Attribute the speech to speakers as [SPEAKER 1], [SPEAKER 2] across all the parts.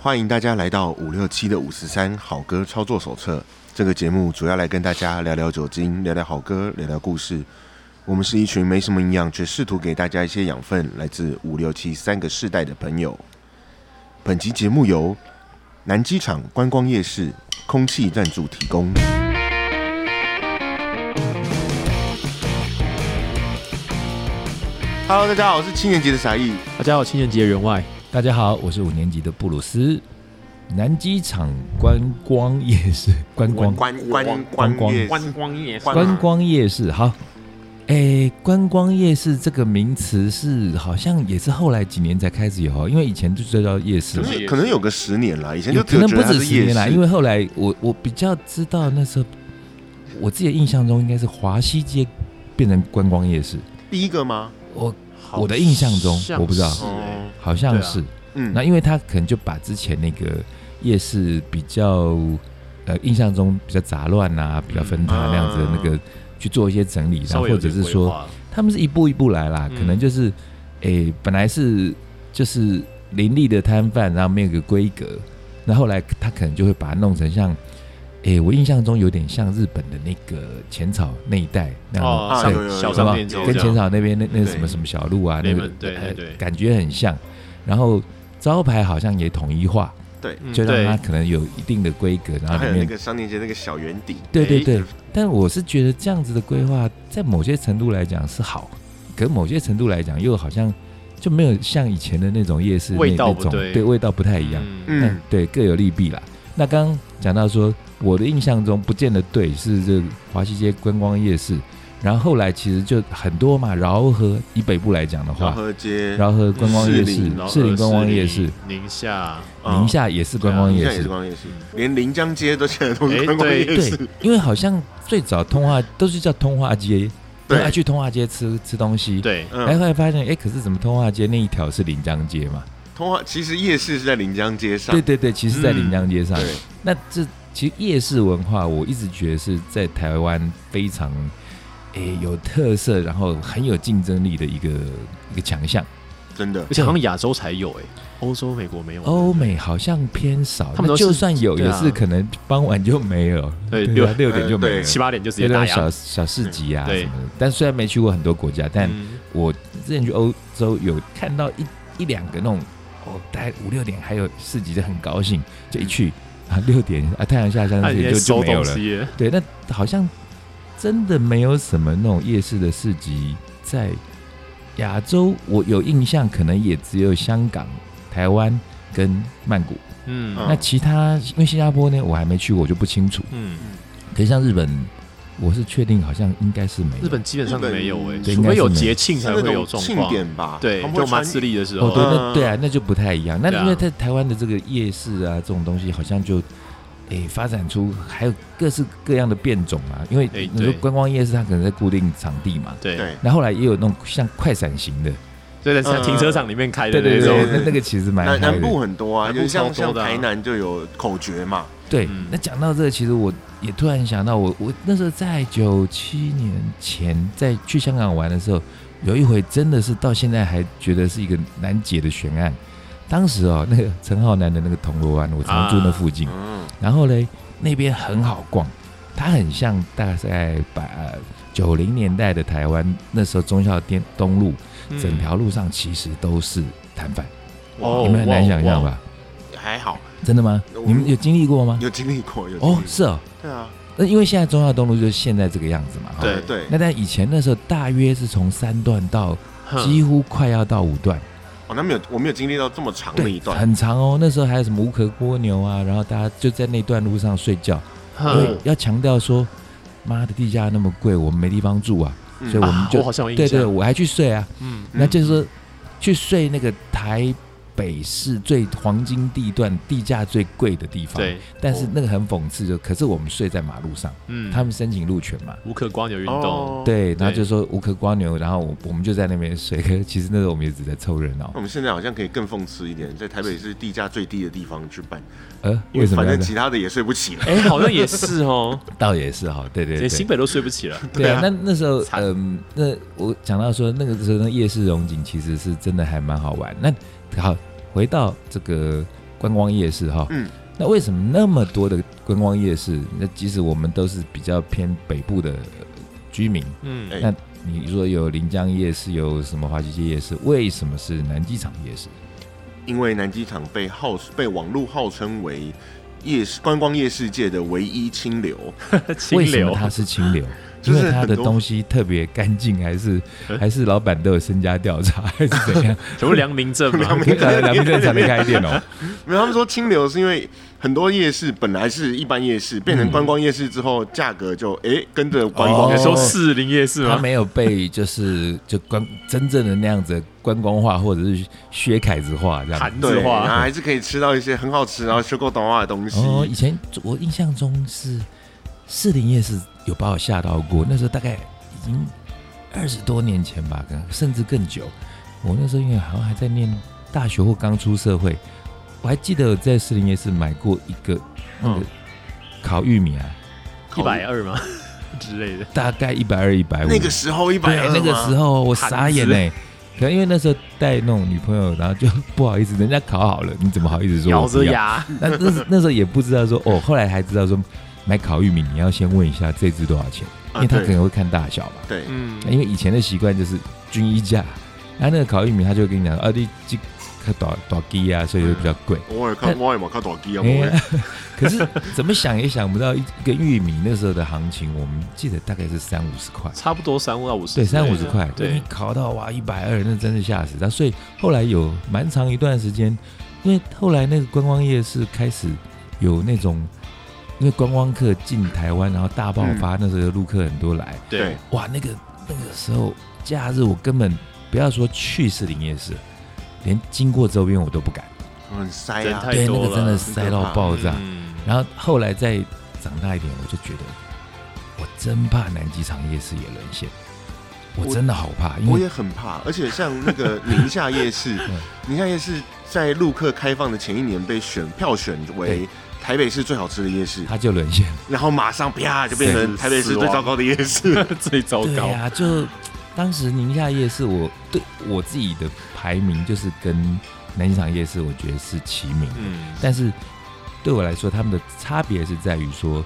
[SPEAKER 1] 欢迎大家来到五六七的五十三好歌操作手册。这个节目主要来跟大家聊聊酒精，聊聊好歌，聊聊故事。我们是一群没什么营养，却试图给大家一些养分，来自五六七三个世代的朋友。本集节目由南机场观光夜市空气赞助提供。Hello，大家好，我是七年级的傻义。
[SPEAKER 2] 大家好，青年节员外，
[SPEAKER 3] 大家好，我是五年级的布鲁斯。南机场观光夜市，观光
[SPEAKER 1] 观观
[SPEAKER 3] 观光
[SPEAKER 1] 夜市
[SPEAKER 4] 观光夜市，
[SPEAKER 3] 观光夜市，好。诶，观光夜市这个名词是好像也是后来几年才开始有哦，因为以前就叫夜市
[SPEAKER 1] 可
[SPEAKER 4] 什，
[SPEAKER 3] 嘛
[SPEAKER 1] 是
[SPEAKER 4] 么意思
[SPEAKER 1] 可能有个十年啦，以前就
[SPEAKER 3] 有
[SPEAKER 1] 只
[SPEAKER 3] 可
[SPEAKER 1] 有
[SPEAKER 3] 能
[SPEAKER 1] 觉
[SPEAKER 3] 不
[SPEAKER 1] 得它
[SPEAKER 3] 止
[SPEAKER 1] 是
[SPEAKER 3] 十
[SPEAKER 1] 夜
[SPEAKER 3] 年啦，
[SPEAKER 1] 市，
[SPEAKER 3] 因为后来我我比较知道那时候，我自己的印象中应该是华西街变成观光夜市，
[SPEAKER 1] 第一个吗？哦
[SPEAKER 3] 我我的印象中我不知道
[SPEAKER 4] 好像是欸
[SPEAKER 3] 好像是。
[SPEAKER 1] 嗯，
[SPEAKER 3] 那因为他可能就把之前那个夜市比较呃印象中比较杂乱啊，比较分叉那样子的那个、去做一些整理，然
[SPEAKER 4] 嗯稍
[SPEAKER 3] 后
[SPEAKER 4] 微有
[SPEAKER 3] 或者
[SPEAKER 4] 点
[SPEAKER 3] 是
[SPEAKER 4] 规
[SPEAKER 3] 说
[SPEAKER 4] 划，
[SPEAKER 3] 他们是一步一步来啦，
[SPEAKER 4] 嗯
[SPEAKER 3] 可能就是诶、本来是就是林立的摊贩，然后没有个规格，那后来他可能就会把它弄成像诶、我印象中有点像日本的那个浅草那一带那样
[SPEAKER 4] 哦，
[SPEAKER 1] 啊
[SPEAKER 3] 对
[SPEAKER 1] 有有有
[SPEAKER 4] 上小
[SPEAKER 1] 有
[SPEAKER 3] 什
[SPEAKER 4] 商
[SPEAKER 3] 么
[SPEAKER 4] 店街
[SPEAKER 3] 跟
[SPEAKER 4] 这
[SPEAKER 3] 浅
[SPEAKER 4] 样
[SPEAKER 3] 草那边那那
[SPEAKER 1] 对
[SPEAKER 3] 什么什么小路啊，
[SPEAKER 4] 雷
[SPEAKER 3] 那
[SPEAKER 4] 门
[SPEAKER 3] 个
[SPEAKER 4] 对对
[SPEAKER 3] 呃
[SPEAKER 4] 对
[SPEAKER 3] 感觉很像。然后招牌好像也统一化，
[SPEAKER 1] 对，
[SPEAKER 4] 嗯
[SPEAKER 3] 就让它
[SPEAKER 4] 对
[SPEAKER 3] 可能有一定的规格，然后
[SPEAKER 1] 还有
[SPEAKER 3] 里
[SPEAKER 1] 那
[SPEAKER 3] 面
[SPEAKER 1] 个商店街那个小圆顶，
[SPEAKER 3] 对对
[SPEAKER 4] 哎
[SPEAKER 3] 对。但我是觉得这样子的规划，在某些程度来讲是好，可某些程度来讲又好像就没有像以前的那种夜市那
[SPEAKER 4] 味道
[SPEAKER 3] 那
[SPEAKER 4] 不
[SPEAKER 3] 种
[SPEAKER 4] 对
[SPEAKER 3] 对味道不太一样。
[SPEAKER 4] 嗯
[SPEAKER 1] 嗯
[SPEAKER 3] 嗯，对，各有利弊啦。那刚刚讲到说，我的印象中不见得对，是这个华西街观光夜市，然后后来其实就很多嘛，饶河以北部来讲的
[SPEAKER 1] 饶
[SPEAKER 3] 话，
[SPEAKER 1] 河街，
[SPEAKER 3] 饶河观光夜
[SPEAKER 1] 士
[SPEAKER 3] 市
[SPEAKER 1] 林
[SPEAKER 4] 然，后
[SPEAKER 3] 士林观光夜市
[SPEAKER 4] 士，林、宁夏，
[SPEAKER 1] 嗯
[SPEAKER 3] 宁夏也是观光
[SPEAKER 1] 宁
[SPEAKER 3] 夜
[SPEAKER 1] 夏也
[SPEAKER 3] 市
[SPEAKER 1] 是，观光夜市，连临江街都现在都是
[SPEAKER 4] 哎
[SPEAKER 1] 观光夜
[SPEAKER 3] 对
[SPEAKER 1] 市，，
[SPEAKER 3] 因为好像最早通化都是叫通化街，
[SPEAKER 1] 对
[SPEAKER 3] 爱去通化街吃吃东西，，
[SPEAKER 4] 对，
[SPEAKER 3] 哎，
[SPEAKER 1] 嗯，
[SPEAKER 3] 后来发现，哎，可是怎么通化街那一条是临江街嘛？
[SPEAKER 1] 通化其实夜市是在临江街上
[SPEAKER 3] 对，对对，其实在
[SPEAKER 4] 嗯
[SPEAKER 3] 临江街上，
[SPEAKER 1] 对，
[SPEAKER 3] 那这其实夜市文化，我一直觉得是在台湾非常诶、有特色，然后很有竞争力的一个一个强项。
[SPEAKER 1] 真的
[SPEAKER 4] 而，且好像亚洲才有哎，欧洲、哦美国没有。
[SPEAKER 3] 欧美好像偏少，
[SPEAKER 4] 他们都
[SPEAKER 3] 那
[SPEAKER 4] 是
[SPEAKER 3] 就算有，
[SPEAKER 4] 对
[SPEAKER 3] 也
[SPEAKER 4] 啊
[SPEAKER 3] 是可能傍晚就没有，
[SPEAKER 4] 对
[SPEAKER 3] 对
[SPEAKER 4] 六
[SPEAKER 3] 啊，六点就没
[SPEAKER 1] 呃
[SPEAKER 3] 有
[SPEAKER 1] 对。
[SPEAKER 4] 七八点就直
[SPEAKER 3] 这
[SPEAKER 4] 接
[SPEAKER 3] 种
[SPEAKER 4] 打烊
[SPEAKER 3] 小。小市集啊
[SPEAKER 4] 嗯对
[SPEAKER 3] 什么的，但虽然没去过很多国家，但
[SPEAKER 4] 嗯
[SPEAKER 3] 我之前去欧洲有看到一一两个那种，哦，大概五六点还有市集，就很高兴，就一去啊六点啊太阳下山
[SPEAKER 4] 那
[SPEAKER 3] 那
[SPEAKER 4] 你
[SPEAKER 3] 些
[SPEAKER 4] 在
[SPEAKER 3] 就就
[SPEAKER 4] 收
[SPEAKER 3] 没有
[SPEAKER 4] 东
[SPEAKER 3] 了。
[SPEAKER 4] 西了，
[SPEAKER 3] 对，那好像真的没有什么那种夜市的市集在亚洲，我有印象，可能也只有香港、台湾跟曼谷。
[SPEAKER 4] 嗯
[SPEAKER 1] 嗯
[SPEAKER 3] 那其他因为新加坡呢，我还没去过，我就不清楚。
[SPEAKER 4] 嗯，
[SPEAKER 3] 可是像日本，我是确定好像应该是没有
[SPEAKER 4] 日本基本上没有哎，
[SPEAKER 3] 对
[SPEAKER 4] 除非有
[SPEAKER 3] 应该是没有
[SPEAKER 4] 节庆
[SPEAKER 1] 是
[SPEAKER 4] 才
[SPEAKER 1] 那
[SPEAKER 4] 会有
[SPEAKER 1] 种
[SPEAKER 4] 状
[SPEAKER 1] 庆
[SPEAKER 4] 况。
[SPEAKER 1] 典吧，
[SPEAKER 4] 对
[SPEAKER 1] 他，们
[SPEAKER 4] 就
[SPEAKER 1] 会
[SPEAKER 4] 马
[SPEAKER 1] 穿
[SPEAKER 4] 自力的时
[SPEAKER 3] 哦，对，
[SPEAKER 4] 候，
[SPEAKER 1] 嗯
[SPEAKER 3] 那对啊，那就不太一样。那
[SPEAKER 4] 对啊
[SPEAKER 3] 因为在台湾的这个夜市啊，这种东西好像就，诶、发展出还有各式各样的变种啊。因为
[SPEAKER 4] 诶
[SPEAKER 3] 你说
[SPEAKER 4] 哎对
[SPEAKER 3] 观光夜市，它可能在固定场地嘛，
[SPEAKER 4] 对，
[SPEAKER 1] 对，
[SPEAKER 3] 那后来也有那种像快闪型的，
[SPEAKER 4] 所以在
[SPEAKER 1] 嗯
[SPEAKER 4] 停车场里面开的那
[SPEAKER 3] 对对
[SPEAKER 4] 种
[SPEAKER 3] 对，
[SPEAKER 1] 对
[SPEAKER 3] 那那个其实蛮
[SPEAKER 1] 南
[SPEAKER 3] 嗨
[SPEAKER 1] 南
[SPEAKER 3] 的。
[SPEAKER 1] 部很多啊，
[SPEAKER 4] 南部
[SPEAKER 1] 有像
[SPEAKER 4] 超
[SPEAKER 1] 像
[SPEAKER 4] 多的啊
[SPEAKER 1] 台南就有口诀嘛，
[SPEAKER 3] 对
[SPEAKER 4] 嗯，
[SPEAKER 3] 那讲到这个，其实我也突然想到我，我那时候在九七年前在去香港玩的时候，有一回真的是到现在还觉得是一个难解的悬案。当时哦，那个陈浩南的那个铜锣湾，我常住那附近，
[SPEAKER 1] 嗯，
[SPEAKER 3] 然后嘞那边很好逛，它很像大概把九零年代的台湾那时候忠孝店东路，
[SPEAKER 4] 嗯
[SPEAKER 3] 整条路上其实都是摊贩，
[SPEAKER 4] 哦
[SPEAKER 3] 你们很难
[SPEAKER 4] 哇
[SPEAKER 3] 想象吧？
[SPEAKER 1] 还好
[SPEAKER 3] 真的吗
[SPEAKER 1] 我？
[SPEAKER 3] 你们有经历过吗？
[SPEAKER 1] 有经历过，有经历
[SPEAKER 3] 哦
[SPEAKER 1] 过，
[SPEAKER 3] 是哦，
[SPEAKER 1] 对啊，
[SPEAKER 3] 那因为现在中孝东路就是现在这个样子嘛，哈
[SPEAKER 4] 对
[SPEAKER 1] 呃对，
[SPEAKER 3] 那但以前那时候大约是从三段到
[SPEAKER 4] 哼
[SPEAKER 3] 几乎快要到五段，
[SPEAKER 1] 哦，那没有，我没有经历到这么长的一
[SPEAKER 3] 对，
[SPEAKER 1] 段，
[SPEAKER 3] 很长哦。那时候还有什么无壳蜗牛啊，然后大家就在那段路上睡觉，因为
[SPEAKER 4] 哼
[SPEAKER 3] 要强调说，妈的地价那么贵，我们没地方住啊，
[SPEAKER 1] 嗯
[SPEAKER 3] 所以我们
[SPEAKER 4] 啊
[SPEAKER 3] 就
[SPEAKER 4] 我好像有印
[SPEAKER 3] 对对，
[SPEAKER 4] 象，
[SPEAKER 3] 我还去睡啊，
[SPEAKER 4] 嗯，
[SPEAKER 1] 嗯
[SPEAKER 3] 那就是说去睡那个台北市最黄金地段地价最贵的地方，
[SPEAKER 4] 对，
[SPEAKER 3] 但是那个很讽刺就，可是我们睡在马路上，
[SPEAKER 4] 嗯，
[SPEAKER 3] 他们申请路权嘛。
[SPEAKER 4] 无可光有运动，
[SPEAKER 1] 哦，
[SPEAKER 3] 对，然后
[SPEAKER 4] 对
[SPEAKER 3] 就说无壳瓜牛，然后我我们就在那边睡，可是其实那时候我们也只在凑热闹
[SPEAKER 1] 那。我们现在好像可以更讽刺一点，在台北市地价最低的地方去办，
[SPEAKER 3] 呃，
[SPEAKER 1] 因
[SPEAKER 3] 为什么
[SPEAKER 1] 反
[SPEAKER 3] 要
[SPEAKER 1] 正
[SPEAKER 3] 呢？
[SPEAKER 1] 其他的也睡不起了。
[SPEAKER 4] 哎，好像也是哦，
[SPEAKER 3] 倒也是哈， 对对
[SPEAKER 4] 连新
[SPEAKER 3] 对，
[SPEAKER 4] 北都睡不起了。
[SPEAKER 3] 对啊。
[SPEAKER 1] 对
[SPEAKER 3] 那那时候，
[SPEAKER 4] 惨
[SPEAKER 3] 嗯，那我讲到说那个时候那夜市荣景其实是真的还蛮好玩。那好，回到这个观光夜市哈。
[SPEAKER 1] 嗯，
[SPEAKER 3] 那为什么那么多的观光夜市？那即使我们都是比较偏北部的呃居民，
[SPEAKER 1] 哎
[SPEAKER 4] 嗯，
[SPEAKER 3] 你说有临江夜市，有什么华西街夜市，为什么是南机场夜市？
[SPEAKER 1] 因为南机场被号被网络号称为夜市观光夜世界的唯一清流，
[SPEAKER 4] 清
[SPEAKER 3] 为什么
[SPEAKER 4] 流，
[SPEAKER 3] 它是清流？
[SPEAKER 1] 就
[SPEAKER 3] 因
[SPEAKER 1] 是
[SPEAKER 3] 为它
[SPEAKER 1] 很
[SPEAKER 3] 的
[SPEAKER 1] 多
[SPEAKER 3] 东西特别干净，还是
[SPEAKER 4] 呃
[SPEAKER 3] 还是老板都有身家调查，还是怎样？
[SPEAKER 4] 全部良民证嘛，
[SPEAKER 3] 听起来 良民证才能开店哦。
[SPEAKER 1] 没有，他们说清流是因为很多夜市本来是一般夜市，变
[SPEAKER 3] 嗯
[SPEAKER 1] 成观光夜市之后，价格就哎、跟着观光夜
[SPEAKER 3] 哦
[SPEAKER 4] 有
[SPEAKER 1] 市。
[SPEAKER 4] 时候士林夜市
[SPEAKER 3] 他
[SPEAKER 4] 吗？
[SPEAKER 3] 没有被就是就观真正的那样子的观光化，或者是薛凯子哦化这样子。
[SPEAKER 4] 韩
[SPEAKER 1] 对，
[SPEAKER 4] 字
[SPEAKER 1] 然后
[SPEAKER 4] 化，
[SPEAKER 1] 还是可以吃到一些很好吃，然后修过短袜的东西。
[SPEAKER 3] 哦，以前我印象中是士林夜市有把我吓到过，那时候大概已经二十多年前吧，可能甚至更久。我那时候因为好像还在念大学或刚出社会，我还记得我在士林夜市买过一个那个
[SPEAKER 4] 嗯
[SPEAKER 3] 烤玉米啊，
[SPEAKER 4] 一百二嘛 之类的，
[SPEAKER 3] 大概一百二一百五。
[SPEAKER 1] 那个时候一百
[SPEAKER 3] 对，
[SPEAKER 1] 二
[SPEAKER 3] 那个时候我傻眼嘞、可能因为那时候带那种女朋友，然后就 不好意思，人家烤好了，你怎么好意思说
[SPEAKER 4] 咬
[SPEAKER 3] 我不
[SPEAKER 4] 着
[SPEAKER 3] 哎要？
[SPEAKER 4] 牙，
[SPEAKER 3] 那那时那时候也不知道说哦，后来才知道说买烤玉米你要先问一下这只多少钱，
[SPEAKER 1] 啊
[SPEAKER 3] 因为他可
[SPEAKER 1] 对
[SPEAKER 3] 能会看大小嘛。
[SPEAKER 1] 对，
[SPEAKER 4] 嗯，
[SPEAKER 3] 因为以前的习惯就是均一价，然后那个烤玉米他就会跟你讲，啊，你这它多多低啊，所以就比较贵。
[SPEAKER 1] 我也看，我也冇看大机啊，
[SPEAKER 3] 哎
[SPEAKER 1] 我
[SPEAKER 3] 呀 可是怎么想也想不到，一一个玉米那时候的行情，我们记得大概是三五十块。
[SPEAKER 4] 差不多三五到五十，
[SPEAKER 3] 对，三五十块，哎
[SPEAKER 4] 对
[SPEAKER 3] 你考到哇一百二，那真是吓死他。所以后来有蛮长一段时间，因为后来那个观光夜市开始有那种，因为观光客进台湾，然后大
[SPEAKER 4] 嗯
[SPEAKER 3] 爆发，那时候陆客很多来，
[SPEAKER 1] 对
[SPEAKER 4] 对，
[SPEAKER 3] 哇，那个那个时候假日我根本不要说去士林夜市，连经过周边我都不敢，
[SPEAKER 1] 很塞
[SPEAKER 4] 人
[SPEAKER 1] 啊，
[SPEAKER 4] 太
[SPEAKER 3] 对，那
[SPEAKER 4] 多
[SPEAKER 3] 个真的
[SPEAKER 4] 了
[SPEAKER 3] 塞到爆炸。
[SPEAKER 4] 嗯
[SPEAKER 3] 然后后来再长大一点，我就觉得，我真怕南机场夜市也沦陷，我
[SPEAKER 1] 我
[SPEAKER 3] 真的好怕，因
[SPEAKER 1] 我
[SPEAKER 3] 为
[SPEAKER 1] 也很怕。而且像那个宁夏夜市，宁夏夜市在陆客开放的前一年被选票选为
[SPEAKER 3] 对
[SPEAKER 1] 台北市最好吃的夜市，
[SPEAKER 3] 他就沦陷。
[SPEAKER 1] 然后马上啪就变成
[SPEAKER 4] 是
[SPEAKER 1] 台北市最糟糕的夜市。
[SPEAKER 4] 最糟
[SPEAKER 3] 对啊
[SPEAKER 4] 糕，
[SPEAKER 3] 呀、就当时宁夏夜市我，对我自己的排名就是跟南机场夜市，我觉得是齐名。
[SPEAKER 4] 嗯，
[SPEAKER 3] 但是对我来说，他们的差别是在于说，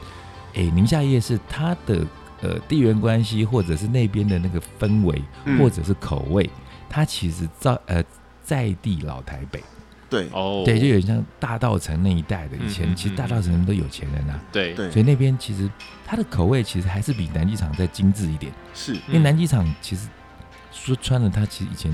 [SPEAKER 3] 哎，宁夏夜市它的呃地缘关系，或者是那边的那个氛围，
[SPEAKER 1] 嗯
[SPEAKER 3] 或者是口味，它其实在呃在地老台北，
[SPEAKER 1] 对
[SPEAKER 4] 哦，
[SPEAKER 3] 对，就有点像大道城那一带的。以
[SPEAKER 4] 嗯
[SPEAKER 3] 前
[SPEAKER 4] 嗯
[SPEAKER 3] 其实
[SPEAKER 4] 嗯
[SPEAKER 3] 大道城人都有钱人啊，
[SPEAKER 4] 对
[SPEAKER 1] 对，
[SPEAKER 3] 所以那边其实它的口味其实还是比南机场再精致一点。
[SPEAKER 1] 是
[SPEAKER 4] 嗯
[SPEAKER 3] 因为南机场其实说穿了，它其实以前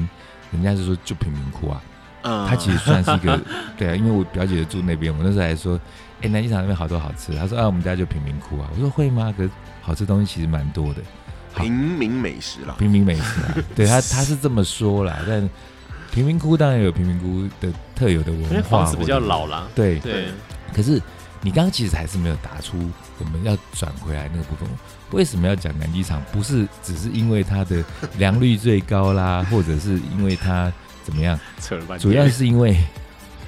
[SPEAKER 3] 人家是说就贫民窟啊，
[SPEAKER 1] 嗯，
[SPEAKER 3] 它其实算是 一个对啊，因为我表姐住那边，我那时候还说，哎、南机场那边好多好吃，她说啊，我们家就贫民窟啊，我说会吗？可是好吃东西其实蛮多的，好
[SPEAKER 1] 平民美食啦。
[SPEAKER 3] 平民美 食啊，对她她是这么说啦，但贫民窟当然有贫民窟的特有的
[SPEAKER 4] 因为
[SPEAKER 3] 文化，
[SPEAKER 4] 房子比较老，啦，
[SPEAKER 3] 对，
[SPEAKER 4] 对，
[SPEAKER 3] 可是你刚刚其实还是没有答出我们要转回来那个部分。为什么要讲南机场？不是只是因为它的良率最高啦，或者是因为它怎么样？
[SPEAKER 4] 扯了半天，
[SPEAKER 3] 主要是因为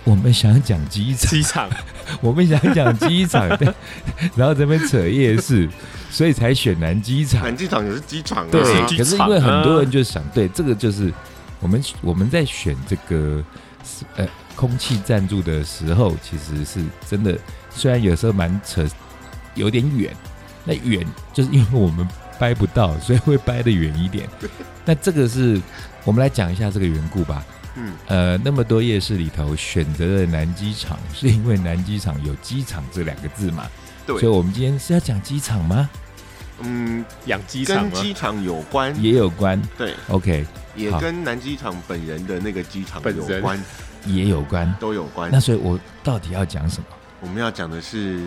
[SPEAKER 3] 我们想讲机场，
[SPEAKER 4] 机场，
[SPEAKER 3] 我们想讲机场，对然后这边扯夜市，所以才选南机场。
[SPEAKER 1] 南机场也是机场啊，
[SPEAKER 4] 对
[SPEAKER 1] 啊
[SPEAKER 4] 机
[SPEAKER 3] 可是因
[SPEAKER 4] 场
[SPEAKER 3] 为很多
[SPEAKER 4] 啊
[SPEAKER 3] 人就想，对这个就是我们我们在选这个呃空气赞助的时候，其实是真的，虽然有时候蛮扯，有点远，那远就是因为我们掰不到，所以会掰得远一点。那这个是我们来讲一下这个缘故吧。
[SPEAKER 1] 嗯，
[SPEAKER 3] 呃，那么多夜市里头选择了南机场，是因为南机场有“机场”这两个字嘛？
[SPEAKER 1] 对
[SPEAKER 3] 所以我们今天是要讲机场吗？
[SPEAKER 1] 嗯，
[SPEAKER 4] 养鸡场啊
[SPEAKER 1] 跟
[SPEAKER 4] 吗？
[SPEAKER 1] 机场有关，
[SPEAKER 3] 也有关。
[SPEAKER 1] 对，
[SPEAKER 3] OK，
[SPEAKER 1] 也
[SPEAKER 3] 好
[SPEAKER 1] 跟南机场本人的那个机场
[SPEAKER 4] 本
[SPEAKER 1] 有
[SPEAKER 4] 人
[SPEAKER 1] 关，
[SPEAKER 3] 也有关。
[SPEAKER 1] 都有关
[SPEAKER 3] 那。所以我到底要讲什么？
[SPEAKER 1] 我们要讲的是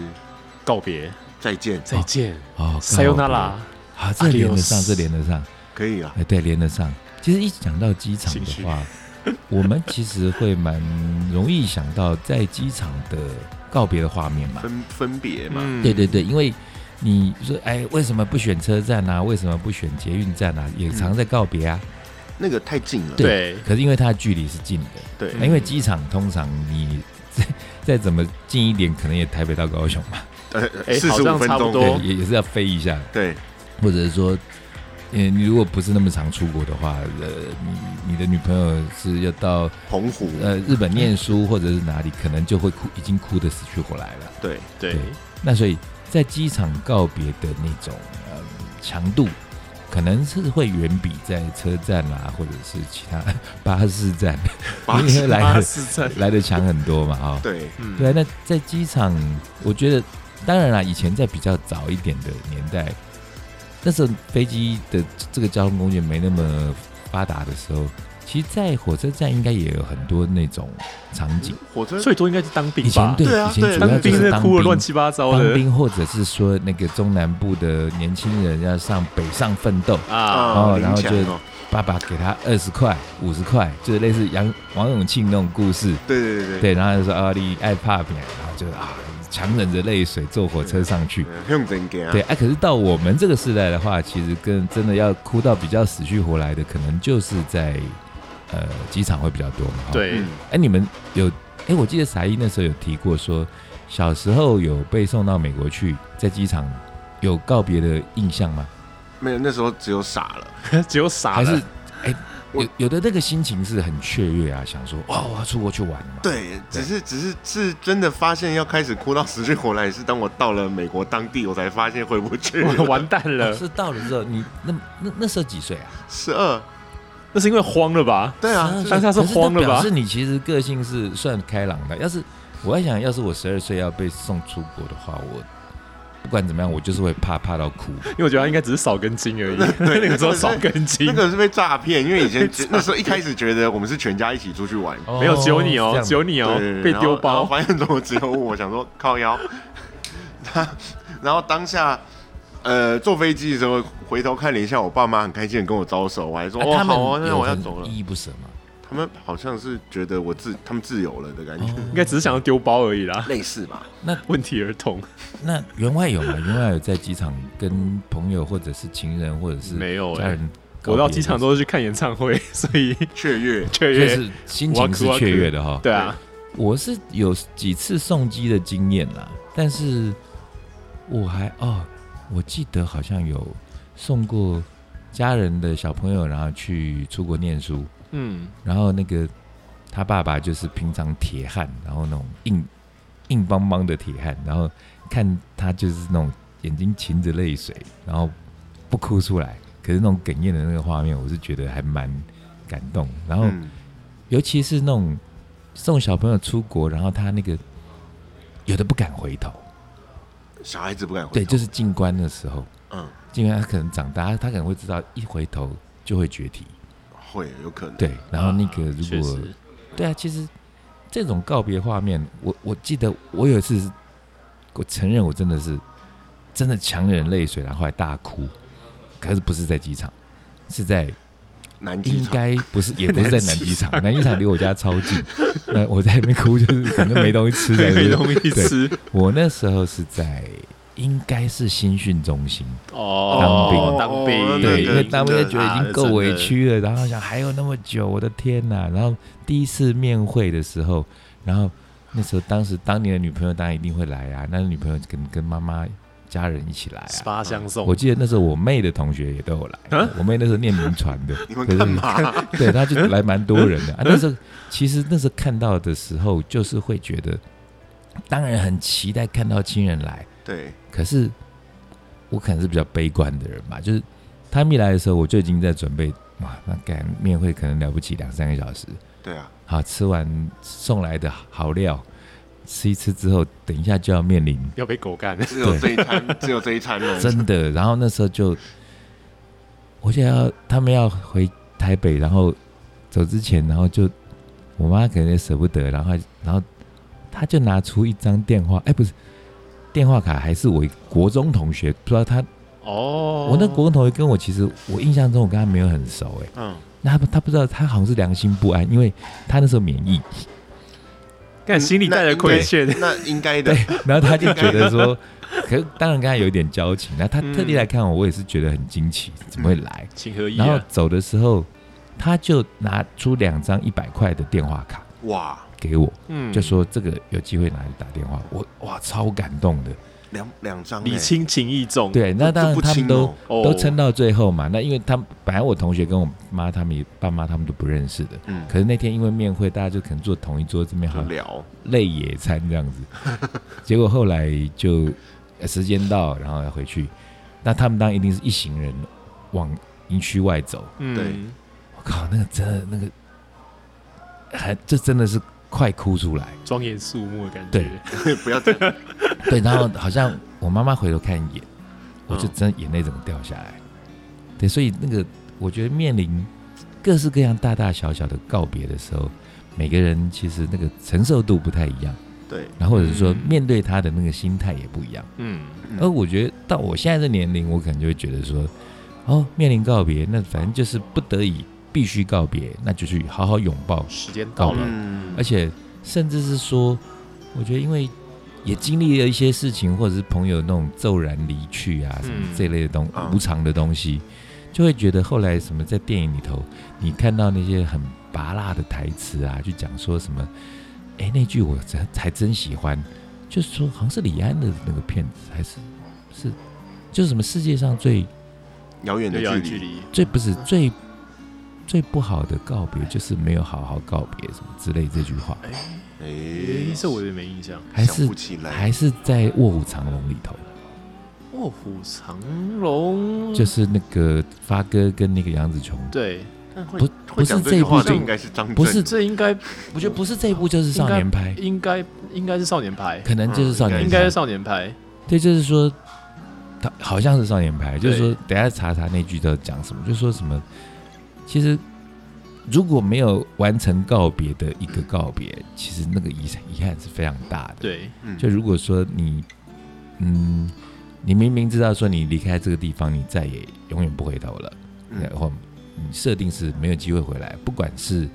[SPEAKER 4] 告别，
[SPEAKER 1] 再见，
[SPEAKER 4] 再见
[SPEAKER 3] 哦
[SPEAKER 4] ，Sayonara，
[SPEAKER 3] 好，这连得上，
[SPEAKER 4] Adios
[SPEAKER 3] 这连得上，
[SPEAKER 1] 可以啊，
[SPEAKER 3] 哎，对，连得上。其实一讲到机场的话， 我们其实会蛮容易想到在机场的告别的画面嘛。
[SPEAKER 1] 分分别嘛，
[SPEAKER 4] 嗯
[SPEAKER 3] 对对，对，因为你说，哎，为什么不选车站啊？为什么不选捷运站啊？也常在告别啊。
[SPEAKER 1] 那个太近了，
[SPEAKER 4] 对，
[SPEAKER 3] 可是因为它的距离是近的，啊
[SPEAKER 1] 对
[SPEAKER 3] 那因为机场通常你 再再怎么近一点，可能也台北到高雄嘛，
[SPEAKER 1] 呃，
[SPEAKER 4] 哎
[SPEAKER 1] 四
[SPEAKER 4] 好
[SPEAKER 1] 十五
[SPEAKER 4] 像
[SPEAKER 1] 分
[SPEAKER 3] 哦
[SPEAKER 4] 差不
[SPEAKER 1] 钟，
[SPEAKER 4] 多
[SPEAKER 3] 对，也也是要飞一下。
[SPEAKER 1] 对，
[SPEAKER 3] 或者是说呃，你如果不是那么常出国的话，呃，你你的女朋友是要到
[SPEAKER 1] 澎湖，
[SPEAKER 3] 呃日本念书或者是哪里，可能就会哭，已经哭得死去活来了。
[SPEAKER 1] 对，
[SPEAKER 4] 对
[SPEAKER 3] 对，那所以在机场告别的那种呃强度，可能是会远比在车站啦、或者是其他 巴士站
[SPEAKER 1] 巴
[SPEAKER 3] 因为
[SPEAKER 1] 士，
[SPEAKER 3] 来
[SPEAKER 4] 巴
[SPEAKER 3] 的
[SPEAKER 4] 士站，
[SPEAKER 3] 来的强很多嘛，哈、
[SPEAKER 1] 对，
[SPEAKER 4] 嗯，
[SPEAKER 3] 对啊，那在机场，我觉得当然啦，以前在比较早一点的年代，那时候飞机的这个交通工具没那么发达的时候，其实，在火车站应该也有很多那种场景。
[SPEAKER 1] 火车
[SPEAKER 4] 最多应该是当
[SPEAKER 3] 以
[SPEAKER 4] 兵
[SPEAKER 3] 前
[SPEAKER 4] 嗯吧，
[SPEAKER 1] 对啊
[SPEAKER 3] 以前
[SPEAKER 1] 对
[SPEAKER 3] 主
[SPEAKER 1] 啊
[SPEAKER 3] 要
[SPEAKER 4] 当
[SPEAKER 3] 就
[SPEAKER 4] 兵
[SPEAKER 3] 是
[SPEAKER 4] 那
[SPEAKER 3] 当
[SPEAKER 4] 哭的
[SPEAKER 3] 兵，
[SPEAKER 4] 乱七八糟
[SPEAKER 3] 当
[SPEAKER 4] 的
[SPEAKER 3] 兵或者是说那个中南部的年轻人要上北上奋斗，
[SPEAKER 4] 啊，
[SPEAKER 1] 啊，
[SPEAKER 3] 哦然后
[SPEAKER 1] 林强
[SPEAKER 3] 就
[SPEAKER 1] 哦
[SPEAKER 3] 爸爸给他二十块、五十块，就是类似杨王永庆那种故事。
[SPEAKER 1] 对对对对，
[SPEAKER 3] 对，然后就说啊，你爱怕扁，然后就啊，强忍着泪水坐火车上去。
[SPEAKER 1] 嗯用真给啊，
[SPEAKER 3] 对，哎、可是到我们这个时代的话，其实跟真的要哭到比较死去活来的，可能就是在呃机场会比较多嘛。哈，
[SPEAKER 4] 对
[SPEAKER 1] 嗯，
[SPEAKER 3] 哎、你们有哎、我记得傻一那时候有提过说，小时候有被送到美国去，在机场有告别的印象吗？
[SPEAKER 1] 没有那时候只有傻了，
[SPEAKER 4] 只有傻
[SPEAKER 3] 还是
[SPEAKER 4] 了，
[SPEAKER 3] 哎、
[SPEAKER 1] 啊我
[SPEAKER 3] 有有的那个心情是很雀跃啊，想说哇，我要出国去玩了嘛。
[SPEAKER 1] 对，只是只是是真的发现要开始哭到死去活来，是当我到了美国当地，我才发现回不去了，
[SPEAKER 4] 我 完蛋
[SPEAKER 3] 哦
[SPEAKER 4] 了，
[SPEAKER 3] 是到了之后，你那那那时候几岁啊？
[SPEAKER 1] 十二，
[SPEAKER 4] 那是因为慌了吧？
[SPEAKER 1] 对啊，就
[SPEAKER 3] 12
[SPEAKER 1] 是
[SPEAKER 4] 当下是慌了吧
[SPEAKER 3] 可是那表示你其实个性是算开朗的。要是我在想，要是我十二岁要被送出国的话，我不管怎么样，我就是会怕怕到哭。
[SPEAKER 4] 因为我觉得他应该只是少根筋而已， 那个时候少根筋
[SPEAKER 1] 那，个是被诈骗，因为以前
[SPEAKER 4] 被诈骗
[SPEAKER 1] 那时候一开始觉得我们是全家一起出去玩，
[SPEAKER 3] 哦
[SPEAKER 4] 没有只有你
[SPEAKER 3] 是这
[SPEAKER 4] 哦
[SPEAKER 3] 样，
[SPEAKER 4] 只有你哦
[SPEAKER 1] 对，
[SPEAKER 4] 被
[SPEAKER 1] 然
[SPEAKER 4] 丢
[SPEAKER 1] 后然后
[SPEAKER 4] 包，
[SPEAKER 1] 发现怎么只有我，想说靠腰， 他然后当下。呃，坐飞机的时候回头看了一下，我爸妈很开心的跟我招手，我还说：“
[SPEAKER 3] 啊
[SPEAKER 1] 哦，
[SPEAKER 3] 他
[SPEAKER 1] 好啊，
[SPEAKER 3] 们
[SPEAKER 1] 那
[SPEAKER 3] 有
[SPEAKER 1] 我要
[SPEAKER 3] 很
[SPEAKER 1] 走了。
[SPEAKER 3] 依依不舍嘛。”
[SPEAKER 1] 他们好像是觉得我自他们自由了的感觉，
[SPEAKER 3] 哦
[SPEAKER 4] 应该只是想要丢包而已啦。
[SPEAKER 1] 类似吧？
[SPEAKER 4] 问题儿童
[SPEAKER 3] 那员外有吗？员外有在机场跟朋友或者是情人或者是
[SPEAKER 4] 没有
[SPEAKER 3] 家
[SPEAKER 4] 哎，
[SPEAKER 3] 人告别的时候，
[SPEAKER 4] 我到机场都是去看演唱会， 所以
[SPEAKER 1] 雀跃，
[SPEAKER 4] 雀
[SPEAKER 3] 就
[SPEAKER 4] 跃，
[SPEAKER 3] 是心情是雀跃的哈。
[SPEAKER 4] 对啊，
[SPEAKER 3] 我是有几次送机的经验啦，但是我还哦，我记得好像有送过家人的小朋友，然后去出国念书，
[SPEAKER 4] 嗯，
[SPEAKER 3] 然后那个他爸爸就是平常铁汉，然后那种硬硬邦邦的铁汉，然后看他就是那种眼睛噙着泪水，然后不哭出来，可是那种哽咽的那个画面，我是觉得还蛮感动，然后。
[SPEAKER 1] 嗯，
[SPEAKER 3] 尤其是那种送小朋友出国，然后他那个有的不敢回头，
[SPEAKER 1] 小孩子不敢回头，
[SPEAKER 3] 对，就是进关的时候，
[SPEAKER 1] 嗯，
[SPEAKER 3] 进关他可能长大，他可能会知道一回头就会决堤，
[SPEAKER 1] 会有可能，
[SPEAKER 3] 对，然后那
[SPEAKER 4] 啊
[SPEAKER 3] 个
[SPEAKER 4] 确
[SPEAKER 3] 如果、
[SPEAKER 4] 实
[SPEAKER 3] 对啊，其实这种告别画面，我我记得我有一次是，我承认我真的是真的强忍泪水，然后后来大哭，可是不是在机场，是在
[SPEAKER 1] 南极
[SPEAKER 3] 应
[SPEAKER 1] 场
[SPEAKER 3] 该不是，也不是在南机场，南机场离我家超近。那我在那边哭，就是反正没东西吃 的。
[SPEAKER 4] 没东西
[SPEAKER 3] 对
[SPEAKER 4] 吃
[SPEAKER 3] 我那时候是在，应该是新训中心，
[SPEAKER 4] 哦，
[SPEAKER 1] 当兵
[SPEAKER 4] 当兵，
[SPEAKER 1] 对
[SPEAKER 3] 对，因
[SPEAKER 1] 对
[SPEAKER 3] 为单位就
[SPEAKER 1] 真
[SPEAKER 3] 觉得已
[SPEAKER 4] 啊
[SPEAKER 3] 经够委屈了，然后想还有那么久，我的天呐！然后第一次面会的时候，然后那时候当时当年的女朋友当然一定会来啊，那女朋友跟跟妈妈家人一起来
[SPEAKER 4] 十
[SPEAKER 3] 啊。
[SPEAKER 4] 八相送
[SPEAKER 3] 我，记得那时候我妹的同学也都有来，
[SPEAKER 4] 啊
[SPEAKER 3] 我妹那时候念民传的，
[SPEAKER 1] 你们
[SPEAKER 3] 可是
[SPEAKER 1] 干嘛？
[SPEAKER 3] 对，他就来蛮多人的啊。那时候其实那时候看到的时候，就是会觉得，当然很期待看到亲人来，
[SPEAKER 1] 对，
[SPEAKER 3] 可是我可能是比较悲观的人吧，就是他们一来的时候，我就已经在准备哇，那赶面会可能了不起两三个小时，
[SPEAKER 1] 对啊，
[SPEAKER 3] 好吃完送来的好料，吃一吃之后，等一下就要面临
[SPEAKER 4] 要被狗干，
[SPEAKER 1] 只有这一餐，只有这一餐了，
[SPEAKER 3] 真的。然后那时候就，我想要他们要回台北，然后走之前，然后就我妈可能也舍不得，然后然后她就拿出一张电话，哎，不是电话卡，还是我国中同学，不知道他，
[SPEAKER 4] 哦，
[SPEAKER 3] 我那国中同学跟我其实我印象中我跟他没有很熟，哎，
[SPEAKER 1] 嗯，
[SPEAKER 3] 那他不他不知道他好像是良心不安，因为他那时候免疫，
[SPEAKER 4] 干心里带着亏欠，
[SPEAKER 1] 那应该的
[SPEAKER 3] 对，，然后他就觉得说。可当然跟他有一点交情，那他特地来看我，我也是觉得很惊奇，怎么会来？
[SPEAKER 4] 情何以
[SPEAKER 3] 然后
[SPEAKER 4] 啊？
[SPEAKER 3] 走的时候，他就拿出两张一百块的电话卡
[SPEAKER 1] 哇，
[SPEAKER 3] 给我，
[SPEAKER 4] 嗯
[SPEAKER 3] 就说这个有机会拿去打电话。我哇，超感动的。
[SPEAKER 1] 两两张欸
[SPEAKER 4] 礼轻情意重，
[SPEAKER 3] 对，那
[SPEAKER 1] 这
[SPEAKER 3] 当然
[SPEAKER 1] 不
[SPEAKER 3] 他们
[SPEAKER 1] 轻
[SPEAKER 3] 都
[SPEAKER 1] 哦
[SPEAKER 4] 哦，
[SPEAKER 3] 都撑到最后嘛。那因为他们本来我同学跟我妈他们也爸妈他们都不认识的，
[SPEAKER 1] 嗯，
[SPEAKER 3] 可是那天因为面会，大家就可能坐同一桌，这边
[SPEAKER 1] 就
[SPEAKER 3] 好
[SPEAKER 1] 聊，
[SPEAKER 3] 类野餐这样 子。结果后来就呃时间到，然后要回去，那他们当然一定是一行人往营区外走。
[SPEAKER 4] 嗯，
[SPEAKER 3] 我靠，那个真的那个，还这真的是快哭出 来。
[SPEAKER 4] 庄严肃穆的感
[SPEAKER 3] 对
[SPEAKER 4] 觉，
[SPEAKER 1] 不要这样，
[SPEAKER 3] 对，然后好像我妈妈回头看一眼，我就
[SPEAKER 4] 嗯
[SPEAKER 3] 真的眼泪整个掉下来。对，所以那个我觉得面临各式各样大大小小的告别的时候，每个人其实那个承受度不太一样，
[SPEAKER 1] 对，
[SPEAKER 3] 然后或者是说
[SPEAKER 4] 嗯
[SPEAKER 3] 面对他的那个心态也不一样。
[SPEAKER 4] 嗯，
[SPEAKER 1] 嗯
[SPEAKER 3] 而我觉得到我现在这年龄，我可能就会觉得说，哦，面临告别，那反正就是不得已必须告别，那就去好好拥抱
[SPEAKER 4] 时间到了，
[SPEAKER 1] 嗯
[SPEAKER 3] 而且甚至是说，我觉得因为也经历了一些事情，或者是朋友那种骤然离去啊，什么
[SPEAKER 4] 嗯
[SPEAKER 3] 这类的东、
[SPEAKER 1] 啊
[SPEAKER 3] 无常的东西，就会觉得后来什么在电影里头，你看到那些很拔辣的台词啊，就讲说什么，哎，那句我真还真喜欢，就是说好像是李安的那个片子，还是是就是什么世界上最
[SPEAKER 1] 遥远的
[SPEAKER 4] 对啊，
[SPEAKER 1] 距
[SPEAKER 4] 距
[SPEAKER 1] 离，
[SPEAKER 4] 离，
[SPEAKER 3] 最不是最。最不好的告别就是没有好好告别，什么之类这句话。
[SPEAKER 1] 哎
[SPEAKER 4] 诶，，这我也没印象。
[SPEAKER 3] 还
[SPEAKER 1] 想
[SPEAKER 3] 是
[SPEAKER 1] 不起来，
[SPEAKER 3] 还是在《卧虎藏龙》里头，
[SPEAKER 4] 卧虎藏龙
[SPEAKER 3] 就是那个发哥跟那个杨紫琼，
[SPEAKER 4] 对，
[SPEAKER 1] 但会
[SPEAKER 3] 不
[SPEAKER 1] 会讲
[SPEAKER 3] 不是
[SPEAKER 1] 这句话
[SPEAKER 3] 这
[SPEAKER 1] 的
[SPEAKER 3] 一部
[SPEAKER 1] 应该是张震，
[SPEAKER 3] 不是
[SPEAKER 4] 这应该
[SPEAKER 3] 我觉得不是这一部就是少年派，
[SPEAKER 4] 应该应该是少年派，
[SPEAKER 3] 可能就是少年
[SPEAKER 4] 嗯应该
[SPEAKER 3] 派
[SPEAKER 4] 是，少年派。
[SPEAKER 3] 对，就是说，他好像是少年派，就是说
[SPEAKER 4] 对，
[SPEAKER 3] 等一下查查那句都讲什么，就说什么，其实如果没有完成告别的一个告别，其实那个遗遗憾是非常大的，
[SPEAKER 4] 对，
[SPEAKER 1] 嗯
[SPEAKER 3] 就如果说你，嗯，你明明知道说你离开这个地方，你再也永远不回头了，
[SPEAKER 1] 嗯
[SPEAKER 3] 然后你设定是没有机会回来，不管是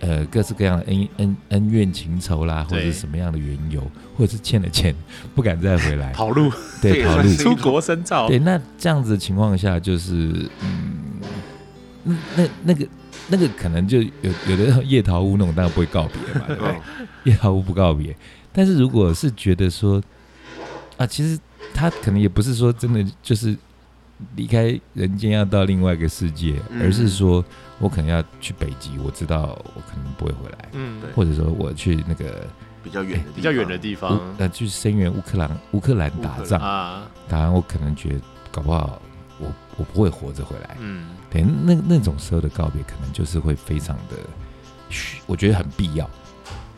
[SPEAKER 3] 呃各式各样的恩恩恩怨情仇啦，或
[SPEAKER 4] 对
[SPEAKER 3] 者是什么样的缘由，或者是欠了钱不敢再回来，
[SPEAKER 4] 跑路
[SPEAKER 1] 这
[SPEAKER 3] 对，
[SPEAKER 1] 也
[SPEAKER 3] 跑
[SPEAKER 1] 算
[SPEAKER 3] 路
[SPEAKER 1] 是，
[SPEAKER 4] 出国深造，
[SPEAKER 3] 对，那这样子的情况下，就是嗯，那那那个。那个可能就有有的夜桃屋那种，当然不会告别嘛， 对不对？
[SPEAKER 1] 嗯
[SPEAKER 3] 也毫无不告别。但是如果是觉得说，啊，其实他可能也不是说真的就是离开人间要到另外一个世界，
[SPEAKER 1] 嗯
[SPEAKER 3] 而是说我可能要去北极，我知道我可能不会回来，
[SPEAKER 4] 嗯，
[SPEAKER 1] 对
[SPEAKER 3] 或者说我去那个
[SPEAKER 1] 比较远的地方
[SPEAKER 4] 比较远的地
[SPEAKER 3] 乌
[SPEAKER 4] 方
[SPEAKER 3] 呃去声援乌克兰乌克兰打
[SPEAKER 1] 乌克
[SPEAKER 3] 仗，
[SPEAKER 4] 啊，
[SPEAKER 3] 打完我可能觉得搞不好我我不会活着回来。
[SPEAKER 4] 嗯，
[SPEAKER 3] 对，那那种时候的告别，可能就是会非常的，嘘我觉得很必要。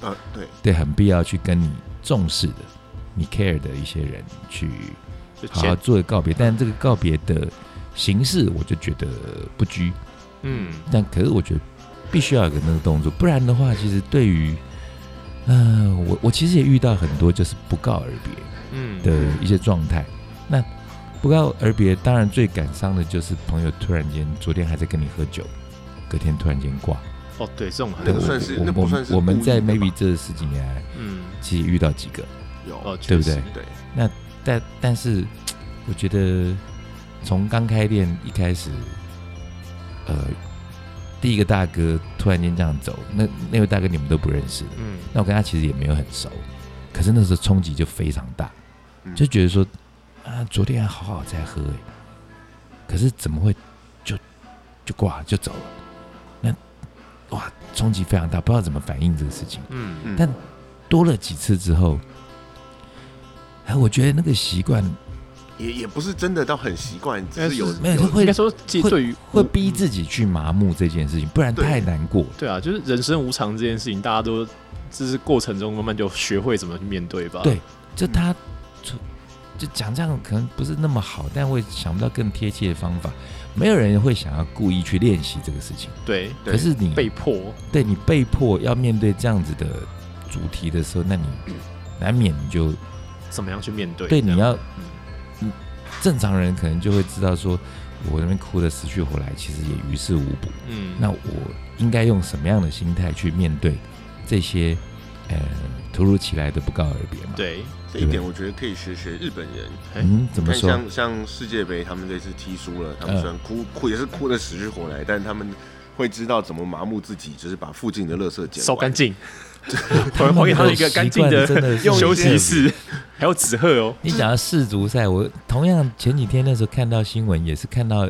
[SPEAKER 1] 呃，对，
[SPEAKER 3] 对，很必要去跟你重视的、你 care 的一些人去
[SPEAKER 4] 就
[SPEAKER 3] 好好
[SPEAKER 4] 前
[SPEAKER 3] 做个告别。但这个告别的形式，我就觉得不拘。
[SPEAKER 4] 嗯，
[SPEAKER 3] 但可是我觉得必须要有个那个动作，不然的话，其实对于，呃，我我其实也遇到很多就是不告而别
[SPEAKER 4] 嗯
[SPEAKER 3] 的一些状态。那不告而别，当然最感伤的就是朋友突然间，昨天还在跟你喝酒，隔天突然间挂。
[SPEAKER 4] 哦，对，这种
[SPEAKER 1] 那
[SPEAKER 4] 很
[SPEAKER 3] 对
[SPEAKER 1] 个
[SPEAKER 3] 我
[SPEAKER 1] 算是
[SPEAKER 3] 我
[SPEAKER 1] 那不
[SPEAKER 3] 我
[SPEAKER 1] 算是
[SPEAKER 3] 我们
[SPEAKER 1] 故意的
[SPEAKER 3] 在
[SPEAKER 1] 吧
[SPEAKER 3] maybe 这十几年来，
[SPEAKER 4] 嗯，
[SPEAKER 3] 其实遇到几个。
[SPEAKER 1] 有
[SPEAKER 4] 哦，
[SPEAKER 3] 对不
[SPEAKER 4] 确实
[SPEAKER 3] 对
[SPEAKER 1] 对，
[SPEAKER 3] 但但是，我觉得从刚开店一开始，呃，第一个大哥突然间这样走，那那位大哥你们都不认识的，
[SPEAKER 4] 嗯，
[SPEAKER 3] 那我跟他其实也没有很熟，可是那时候冲击就非常大，
[SPEAKER 1] 嗯
[SPEAKER 3] 就觉得说啊，昨天还好好在喝、欸，可是怎么会就就挂了就走了？那哇，冲击非常大，不知道怎么反应这个事情。
[SPEAKER 4] 嗯，
[SPEAKER 1] 嗯
[SPEAKER 3] 但多了几次之后，哎，我觉得那个习惯
[SPEAKER 1] 也也不是真的到很习惯，只
[SPEAKER 4] 哎
[SPEAKER 1] 是有
[SPEAKER 3] 没有会
[SPEAKER 4] 应该说，其实对于
[SPEAKER 3] 会逼自己去麻木这件事情，不然
[SPEAKER 1] 对
[SPEAKER 3] 太难过了。
[SPEAKER 4] 对啊，就是人生无常这件事情，大家都就是过程中慢慢就学会怎么去面对吧。
[SPEAKER 3] 对就他
[SPEAKER 4] 嗯
[SPEAKER 3] 就就讲这样可能不是那么好，但我也想不到更贴切的方法。没有人会想要故意去练习这个事情，
[SPEAKER 4] 对，
[SPEAKER 1] 对
[SPEAKER 3] 可是你
[SPEAKER 4] 被迫，
[SPEAKER 3] 对你被迫要面对这样子的主题的时候，那你难免你就
[SPEAKER 4] 怎么样去面嗯对？
[SPEAKER 3] 对
[SPEAKER 4] 这样
[SPEAKER 3] 你要
[SPEAKER 4] 嗯
[SPEAKER 3] 正常人可能就会知道说，我那边哭的死去活来，其实也于事无补。
[SPEAKER 4] 嗯，
[SPEAKER 3] 那我应该用什么样的心态去面对这些呃突如其来的不告而别嘛？，
[SPEAKER 4] 对，
[SPEAKER 1] 这一点，我觉得可以学学日本人。
[SPEAKER 4] 哎
[SPEAKER 3] 嗯，怎
[SPEAKER 1] 你
[SPEAKER 3] 么
[SPEAKER 1] 看，
[SPEAKER 3] 说？
[SPEAKER 1] 像像世界杯，他们这次踢输了，他们
[SPEAKER 3] 嗯
[SPEAKER 1] 虽然哭哭也是哭的死去活来，但他们会知道怎么麻木自己，就是把附近的垃圾捡
[SPEAKER 4] 扫
[SPEAKER 1] 完
[SPEAKER 4] 干净，
[SPEAKER 3] 他们
[SPEAKER 4] 还给他
[SPEAKER 3] 那
[SPEAKER 4] 一个
[SPEAKER 3] 习
[SPEAKER 4] 干净
[SPEAKER 3] 惯
[SPEAKER 4] 的
[SPEAKER 3] 真的是
[SPEAKER 1] 用
[SPEAKER 4] 休息
[SPEAKER 3] 很
[SPEAKER 4] 室，还有纸鹤哦，
[SPEAKER 3] 你讲到世足赛，我同样前几天那时候看到新闻，也是看到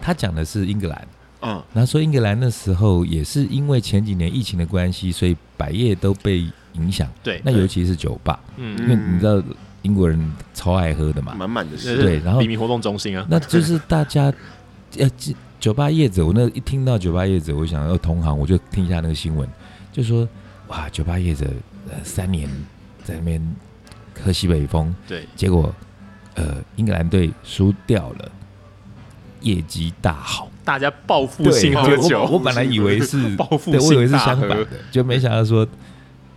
[SPEAKER 3] 他讲的是英格兰，
[SPEAKER 1] 嗯，
[SPEAKER 3] 然后说英格兰那时候也是因为前几年疫情的关系，所以百业都被影响，
[SPEAKER 1] 哎
[SPEAKER 4] 对，
[SPEAKER 3] 那尤其是酒吧，因
[SPEAKER 4] 嗯，
[SPEAKER 3] 为你知道英国人超爱喝的嘛，
[SPEAKER 1] 满满的是，
[SPEAKER 3] 对然后
[SPEAKER 4] 黎明活动中心啊，
[SPEAKER 3] 那就是大家呃这酒吧业者，我那一听到酒吧业者，我想要同行，我就听一下那个新闻，就说哇，酒吧业者呃三年在那边呃喝西北风，
[SPEAKER 4] 对，
[SPEAKER 3] 结果呃英格兰队输掉了，业绩大好。
[SPEAKER 4] 大家报复性喝
[SPEAKER 3] 对我我
[SPEAKER 4] 酒，
[SPEAKER 3] 我本来以为是
[SPEAKER 4] 报复
[SPEAKER 3] 对，我以为
[SPEAKER 4] 性
[SPEAKER 3] 是
[SPEAKER 4] 大
[SPEAKER 3] 相
[SPEAKER 4] 喝
[SPEAKER 3] 反，的，就没想到说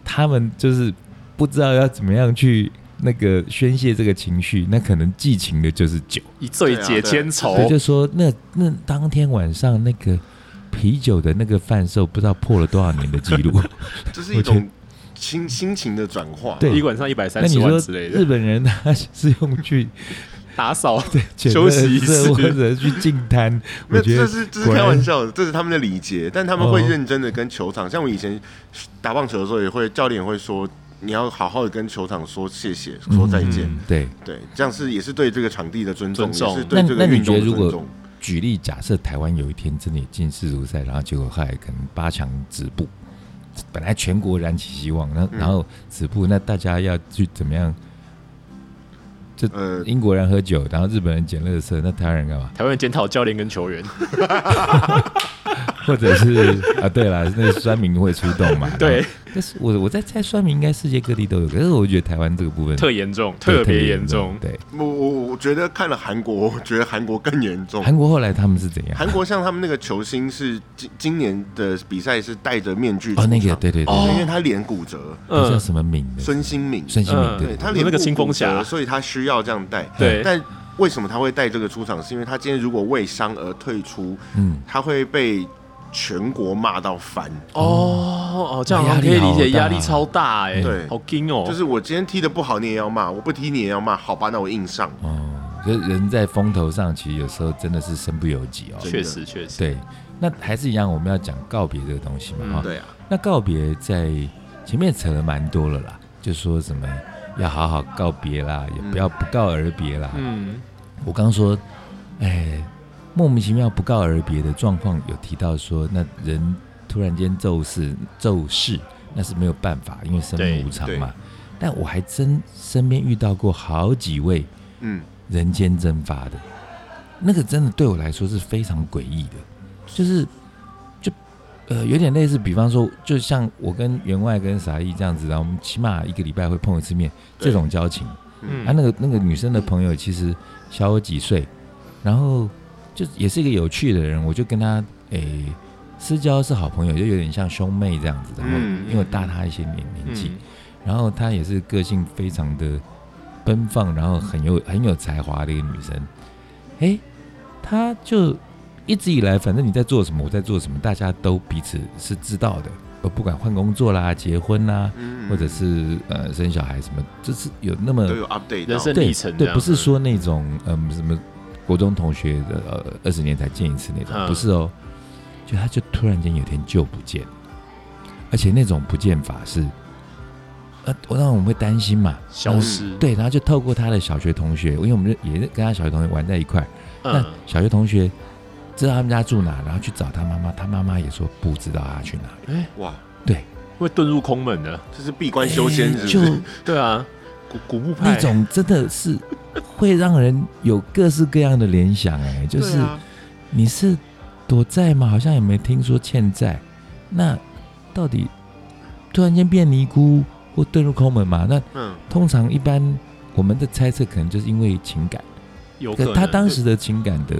[SPEAKER 3] 他们就是不知道要怎么样去那个宣泄这个情绪，那可能寄情的就是酒。
[SPEAKER 4] 以醉解千愁
[SPEAKER 3] 所以，就说那那当天晚上那个啤酒的那个贩售，不知道破了多少年的记 录。
[SPEAKER 1] 这是一
[SPEAKER 3] 我觉
[SPEAKER 1] 种心心情的转化。
[SPEAKER 3] 对
[SPEAKER 4] 一晚上一百
[SPEAKER 3] 那
[SPEAKER 4] 三
[SPEAKER 3] 你
[SPEAKER 4] 十
[SPEAKER 3] 说
[SPEAKER 4] 万之类
[SPEAKER 3] 日
[SPEAKER 4] 的，
[SPEAKER 3] 本人他是用去
[SPEAKER 4] 打扫
[SPEAKER 3] 捡
[SPEAKER 4] 休息一
[SPEAKER 3] 垃圾
[SPEAKER 4] 次
[SPEAKER 3] 或者去进 摊，
[SPEAKER 1] 没
[SPEAKER 3] 我
[SPEAKER 1] 有，
[SPEAKER 3] 觉
[SPEAKER 1] 这
[SPEAKER 3] 得
[SPEAKER 1] 是这是
[SPEAKER 3] 果
[SPEAKER 1] 开
[SPEAKER 3] 然
[SPEAKER 1] 玩笑的，这是他们的礼节，但他们会
[SPEAKER 3] 哦
[SPEAKER 1] 认真的跟球场，像我以前打棒球的时候，也会教练也会说，你要好好的跟球场说谢谢，说再见，
[SPEAKER 3] 嗯对，
[SPEAKER 1] 对，这样是也是对这个场地的尊重，
[SPEAKER 4] 尊重
[SPEAKER 1] 也是对这个
[SPEAKER 3] 那那你
[SPEAKER 1] 运动的
[SPEAKER 3] 觉得如
[SPEAKER 1] 尊
[SPEAKER 3] 果
[SPEAKER 1] 重。
[SPEAKER 3] 举例，假设台湾有一天真的也进世足赛，然后结果后来可能八强止步，本来全国燃起希望，然后、
[SPEAKER 1] 嗯
[SPEAKER 3] 然后止步，那大家要去怎么样？
[SPEAKER 1] 呃，
[SPEAKER 3] 英国人喝酒，然后日本人捡垃圾，那台湾人干嘛？
[SPEAKER 4] 台湾人检讨教练跟球员，
[SPEAKER 3] 或者 是啊，对了，那个酸民会出动嘛？
[SPEAKER 4] 对
[SPEAKER 3] 然后，但是我我在猜酸民应该世界各地都有，可是我觉得台湾这个部分
[SPEAKER 4] 特严重，
[SPEAKER 3] 对
[SPEAKER 4] 特别严重，
[SPEAKER 3] 对，
[SPEAKER 1] 我我我觉得看了韩国，我觉得韩国更严重。
[SPEAKER 3] 韩国后来他们是怎样？
[SPEAKER 1] 韩国像他们那个球星是今今年的比赛是戴着面具出
[SPEAKER 3] 哦，
[SPEAKER 1] 场，
[SPEAKER 3] 那个对对对
[SPEAKER 1] 对因
[SPEAKER 3] 对，
[SPEAKER 1] 为他脸骨折，
[SPEAKER 3] 那叫
[SPEAKER 4] 嗯，
[SPEAKER 3] 什么敏的？
[SPEAKER 1] 孙兴敏，
[SPEAKER 3] 孙兴
[SPEAKER 4] 嗯
[SPEAKER 3] 敏
[SPEAKER 1] 对
[SPEAKER 3] 对，
[SPEAKER 1] 他脸
[SPEAKER 4] 那个
[SPEAKER 1] 部
[SPEAKER 4] 青蜂
[SPEAKER 1] 骨折
[SPEAKER 4] 侠
[SPEAKER 1] 所以他需要这样戴。
[SPEAKER 4] 对
[SPEAKER 1] 但为什么他会带这个出场？是因为他今天如果为伤而退出，
[SPEAKER 3] 嗯，
[SPEAKER 1] 他会被全国骂到翻。
[SPEAKER 4] 哦哦，这样
[SPEAKER 3] 哇
[SPEAKER 4] 好像可以理解，压
[SPEAKER 3] 压力好大
[SPEAKER 4] 力超大哎，
[SPEAKER 1] 对
[SPEAKER 4] 好惊哦，
[SPEAKER 1] 就是我今天踢的不好，你也要骂；我不踢，你也要骂。好吧，那我硬上。
[SPEAKER 3] 哦，所以人在风头上，其实有时候真的是身不由己哦。
[SPEAKER 4] 确实确实，
[SPEAKER 3] 对，那还是一样，我们要讲告别这个东西嘛
[SPEAKER 4] 嗯
[SPEAKER 3] 哈、
[SPEAKER 1] 对啊，
[SPEAKER 3] 那告别在前面扯了蛮多了啦，就说什么要好好告别啦，也不要不告而别啦。
[SPEAKER 4] 嗯，
[SPEAKER 3] 我刚说，哎，莫名其妙不告而别的状况，有提到说，那人突然间骤逝骤逝，那是没有办法，因为生
[SPEAKER 4] 对
[SPEAKER 3] 命无常嘛。但我还真身边遇到过好几位
[SPEAKER 1] 嗯，
[SPEAKER 3] 人间蒸发的，那个真的对我来说是非常诡异的，就是就呃有点类似，比方说，就像我跟员外跟傻义这样子，然后我们起码一个礼拜会碰一次面，
[SPEAKER 1] 对
[SPEAKER 3] 这种交情。
[SPEAKER 1] 嗯
[SPEAKER 3] 啊，那个那个女生的朋友其实小我几岁，然后就也是一个有趣的人，我就跟她诶、私交是好朋友，就有点像兄妹这样子，然后
[SPEAKER 1] 嗯
[SPEAKER 3] 因为我大她一些年年纪，
[SPEAKER 4] 嗯
[SPEAKER 3] 然后她也是个性非常的奔放，然后很有很有才华的一个女生。诶、她就一直以来，反正你在做什么，我在做什么，大家都彼此是知道的。呃不管换工作啦、结婚啦，
[SPEAKER 1] 嗯
[SPEAKER 3] 或者是呃生小孩什么，就是有那么
[SPEAKER 1] 都有 update 到
[SPEAKER 4] 人生
[SPEAKER 3] 对
[SPEAKER 4] 历程这
[SPEAKER 3] 对，
[SPEAKER 4] 样
[SPEAKER 3] 不是说那种嗯什么国中同学的呃二十年才见一次那种，
[SPEAKER 4] 嗯
[SPEAKER 3] 不是哦，就他就突然间有一天就不见，而且那种不见法是，呃，我让我们会担心嘛，
[SPEAKER 4] 消失，
[SPEAKER 3] 嗯对，然后就透过他的小学同学，因为我们就也是跟他小学同学玩在一块，那
[SPEAKER 4] 嗯，
[SPEAKER 3] 小学同学知道他们家住哪，然后去找他妈妈，他妈妈也说不知道他去哪里，
[SPEAKER 1] 哇，
[SPEAKER 4] 会遁入空门的，
[SPEAKER 1] 这是闭关修仙，
[SPEAKER 3] 哎
[SPEAKER 1] 是不是？
[SPEAKER 3] 就
[SPEAKER 4] 对啊，古古墓派
[SPEAKER 3] 那种真的是会让人有各式各样的联想、哎，就是
[SPEAKER 1] 对。啊
[SPEAKER 3] 你是躲债吗？好像也没听说欠债。那到底突然间变尼姑或遁入空门嘛？那
[SPEAKER 1] 嗯，
[SPEAKER 3] 通常一般我们的猜测可能就是因为情感，
[SPEAKER 4] 有可
[SPEAKER 3] 可
[SPEAKER 4] 能
[SPEAKER 3] 他当时的情感的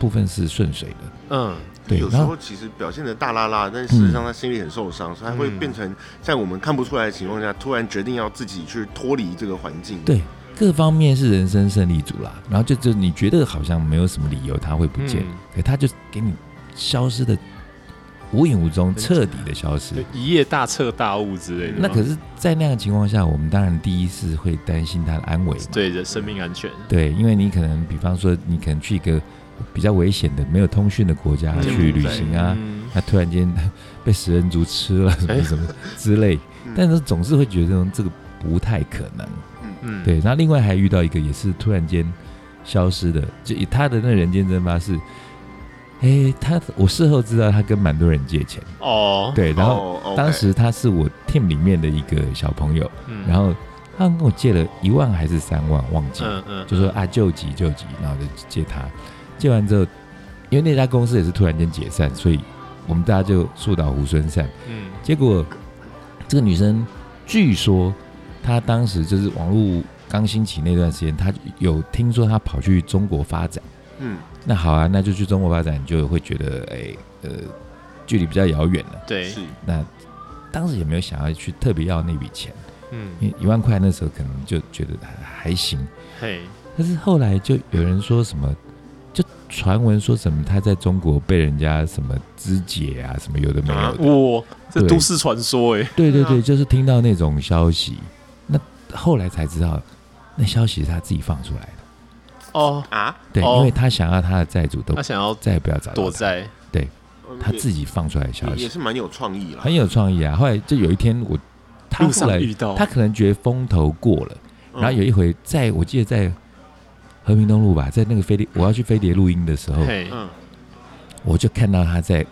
[SPEAKER 3] 部分是顺水的，
[SPEAKER 4] 嗯
[SPEAKER 3] 对
[SPEAKER 1] 有，时
[SPEAKER 3] 然后嗯
[SPEAKER 1] 候其实表现的大拉拉，但事实上他心里很受伤，所以他会变成在我们看不出来的情况下，突然决定要自己去脱离这个环境。
[SPEAKER 3] 对各方面是人生胜利组啦。然后就就你觉得好像没有什么理由他会不见，
[SPEAKER 4] 嗯
[SPEAKER 3] 可他就给你消失的无影无踪，
[SPEAKER 4] 对
[SPEAKER 3] 彻底的消失
[SPEAKER 4] 就。一夜大彻大悟之类的
[SPEAKER 3] 那
[SPEAKER 4] 嘛，
[SPEAKER 3] 可是，在那样的情况下，我们当然第一是会担心他的安危嘛。
[SPEAKER 4] 对人生命安全，
[SPEAKER 3] 对，因为你可能，比方说，你可能去一个比较危险的、没有通讯的国家
[SPEAKER 4] 嗯
[SPEAKER 3] 去旅行啊，
[SPEAKER 4] 嗯
[SPEAKER 3] 那突然间被食人族吃了什
[SPEAKER 4] 哎
[SPEAKER 3] 么什么之类，
[SPEAKER 1] 嗯
[SPEAKER 3] 但是总是会觉得这个不不太可能。
[SPEAKER 4] 嗯，
[SPEAKER 3] 对，那另外还遇到一个也是突然间消失的，就以他的那人间蒸发是，哎、他我事后知道他跟蛮多人借钱，
[SPEAKER 4] 哦，，
[SPEAKER 3] 嗯对，然后
[SPEAKER 1] 后
[SPEAKER 3] 当时他是我 team 里面的一个小朋友，
[SPEAKER 4] 嗯
[SPEAKER 3] 然后他跟我借了一万还是三万，忘记了，
[SPEAKER 4] 嗯嗯，
[SPEAKER 3] 就说啊救急救急，然后就借他，借完之后，因为那家公司也是突然间解散，所以我们大家就树倒猢狲散。
[SPEAKER 4] 嗯
[SPEAKER 3] 结果这个女生据说她当时就是网络刚兴起那段时间，她有听说她跑去中国发展。
[SPEAKER 1] 嗯
[SPEAKER 3] 那好啊，那就去中国发展，你就会觉得哎、呃距离比较遥远了。
[SPEAKER 4] 对，
[SPEAKER 1] 是
[SPEAKER 3] 那当时也没有想要去特别要那笔钱，
[SPEAKER 4] 嗯
[SPEAKER 3] 因为一万块那时候可能就觉得还还行。
[SPEAKER 4] 嘿，
[SPEAKER 3] 但是后来就有人说什么，就传闻说什么他在中国被人家什么肢解啊，什么有的没有的。
[SPEAKER 4] 哇，这
[SPEAKER 3] 对
[SPEAKER 4] 都市传说哎，
[SPEAKER 3] 对对
[SPEAKER 2] 对
[SPEAKER 3] 对，
[SPEAKER 2] 啊
[SPEAKER 3] 就是听到那种消息，那后来才知道，那消息是他自己放出来的。
[SPEAKER 4] 哦，
[SPEAKER 1] 啊，
[SPEAKER 3] 对，
[SPEAKER 4] 哦
[SPEAKER 3] 因为他想要他的债主都
[SPEAKER 4] 他想要
[SPEAKER 3] 再也不要找到
[SPEAKER 4] 躲
[SPEAKER 3] 他
[SPEAKER 4] 在，
[SPEAKER 3] 他自己放出来的消
[SPEAKER 1] 也也
[SPEAKER 3] 息，
[SPEAKER 1] 是蛮有创意啦
[SPEAKER 3] 很。有创意啊。后来就有一天我，他
[SPEAKER 4] 路
[SPEAKER 3] 后
[SPEAKER 4] 上
[SPEAKER 3] 来
[SPEAKER 4] 遇到
[SPEAKER 3] 他可能觉得风头过了，
[SPEAKER 1] 嗯
[SPEAKER 3] 然后有一回在我记得在和平东路吧，在那个飞碟我要去飞碟录音的时候，
[SPEAKER 4] 嘿，
[SPEAKER 1] 嗯
[SPEAKER 3] 我就看到他在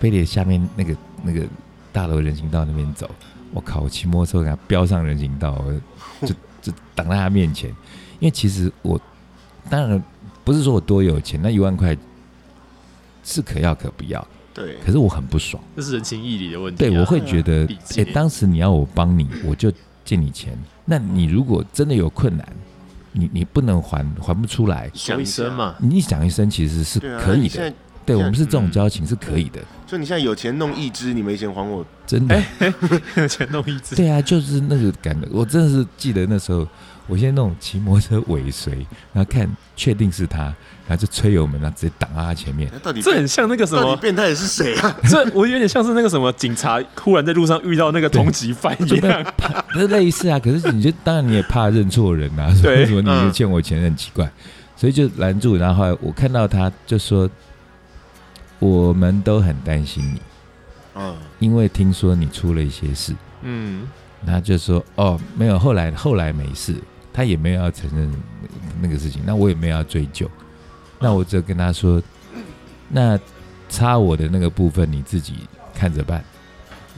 [SPEAKER 3] 飞碟下面那个那个大楼人行道那边走，我靠！我骑摩托车给他飙上人行道， 我就就挡在他面前。因为其实我当然不是说我多有钱，那一万块是可要可不要，
[SPEAKER 1] 对，
[SPEAKER 3] 可是我很不爽。
[SPEAKER 4] 这是人情义理的问题啊。
[SPEAKER 3] 对，我会觉得
[SPEAKER 4] 理，解
[SPEAKER 3] 哎、当时你要我帮你，我就借你钱。那你如果真的有困难，你你不能还还不出来，
[SPEAKER 4] 讲一声嘛，
[SPEAKER 3] 你讲一声其实是
[SPEAKER 1] 对啊，
[SPEAKER 3] 可
[SPEAKER 1] 那你
[SPEAKER 3] 以
[SPEAKER 1] 现
[SPEAKER 3] 的。
[SPEAKER 1] 在
[SPEAKER 3] 对
[SPEAKER 1] 现
[SPEAKER 3] 我
[SPEAKER 1] 在
[SPEAKER 3] 们是这种
[SPEAKER 4] 嗯
[SPEAKER 3] 交情是可以的，
[SPEAKER 1] 就你现在有钱弄一只，你没钱还我，
[SPEAKER 3] 真的。
[SPEAKER 4] 全弄一只，
[SPEAKER 3] 对啊，就是那个感觉，我真的是记得那时候，我先那种骑摩托车尾随，然后看确定是他，然后就吹油门，然后直接挡到他前面。
[SPEAKER 1] 那到底
[SPEAKER 4] 这
[SPEAKER 1] 变
[SPEAKER 4] 很像那个什
[SPEAKER 1] 到
[SPEAKER 4] 么
[SPEAKER 1] 底，变态的是谁 啊？
[SPEAKER 4] 这我有点像是那个什么警察忽然在路上遇到那个通缉犯一
[SPEAKER 3] 就
[SPEAKER 4] 样，
[SPEAKER 3] 怕， 不是类似啊，可是你就当然你也怕认错人啊，所
[SPEAKER 4] 对
[SPEAKER 3] 以为什么你
[SPEAKER 1] 嗯
[SPEAKER 3] 就欠我钱很奇怪，所以就拦住，然后后来我看到他就说，我们都很担心你，
[SPEAKER 1] 嗯，
[SPEAKER 3] 因为听说你出了一些事，
[SPEAKER 4] 嗯，
[SPEAKER 3] 然后就说哦没有，后来后来没事，他也没有要承认那个事情，那我也没有要追究，那我只跟他说，那插我的那个部分你自己看着办。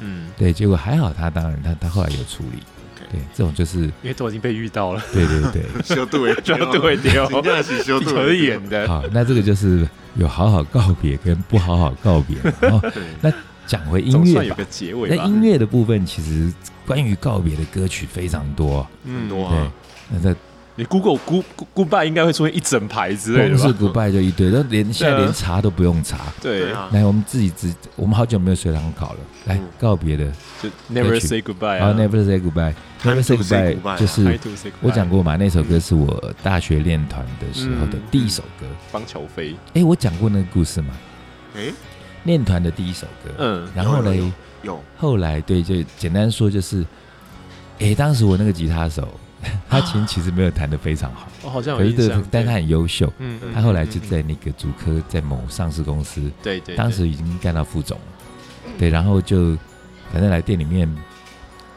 [SPEAKER 4] 嗯，
[SPEAKER 3] 对，结果还好他，当然他他后来有处理
[SPEAKER 1] OK。
[SPEAKER 3] 对，这种就是
[SPEAKER 4] 因为都已经被遇到了，
[SPEAKER 3] 对对对，
[SPEAKER 1] 修 对，哦
[SPEAKER 4] 就要 对啊掉，
[SPEAKER 1] 真的是修对，
[SPEAKER 4] 可演的，
[SPEAKER 3] 好，那这个就是有好好告别跟不好好告别 嘛。然后
[SPEAKER 1] 对，
[SPEAKER 3] 讲回音
[SPEAKER 4] 总算
[SPEAKER 3] 乐
[SPEAKER 4] 有
[SPEAKER 3] 吧
[SPEAKER 4] 个，结尾
[SPEAKER 3] 那
[SPEAKER 4] 吧，
[SPEAKER 3] 音乐的部分其实关于告别的歌曲非常多。
[SPEAKER 1] 很
[SPEAKER 4] 嗯，
[SPEAKER 1] 多
[SPEAKER 3] 对
[SPEAKER 1] 啊，，
[SPEAKER 3] 那在
[SPEAKER 4] 你 Google Good Goodbye 应该会出现一整排之类
[SPEAKER 3] 光是
[SPEAKER 4] 的吧？啊
[SPEAKER 3] goodbye 就一 堆，都连现在连查都不用查。
[SPEAKER 1] 对
[SPEAKER 4] 对，
[SPEAKER 1] 啊，
[SPEAKER 3] 来，我们自己自我们好久没有随堂考了。来
[SPEAKER 1] 嗯，
[SPEAKER 3] 告别的，
[SPEAKER 4] 就 Never
[SPEAKER 3] 歌曲
[SPEAKER 4] Say Goodbye
[SPEAKER 3] 然后
[SPEAKER 4] 啊
[SPEAKER 3] Never Say Goodbye，Never
[SPEAKER 1] Time
[SPEAKER 3] Say
[SPEAKER 1] to say goodbye
[SPEAKER 3] Goodbye
[SPEAKER 1] 啊
[SPEAKER 3] 就是
[SPEAKER 4] ，Hi to Say Goodbye，
[SPEAKER 3] 我讲过嘛，那首歌是我大学练团的时候的
[SPEAKER 4] 嗯
[SPEAKER 3] 第一首歌。
[SPEAKER 4] 方乔飞，
[SPEAKER 3] 哎，我讲过那个故事吗？
[SPEAKER 1] 哎，
[SPEAKER 3] 练团的第一首歌，
[SPEAKER 4] 嗯
[SPEAKER 3] 然后
[SPEAKER 1] 有有
[SPEAKER 3] 嘞，
[SPEAKER 1] 有，
[SPEAKER 3] 后来对，就简单说就是，诶，当时我那个吉他手， 他琴其实没有弹得非常好，
[SPEAKER 4] 我好像
[SPEAKER 3] 可
[SPEAKER 4] 有印
[SPEAKER 3] 是对
[SPEAKER 4] 象，，
[SPEAKER 3] 但他
[SPEAKER 4] 对
[SPEAKER 3] 很优秀。
[SPEAKER 4] 嗯嗯
[SPEAKER 3] 他后来就
[SPEAKER 4] 嗯嗯
[SPEAKER 3] 在那个主科，在某上市公司，
[SPEAKER 4] 对对，
[SPEAKER 3] 当时已经干到副总了，对，然后就反正来店里面，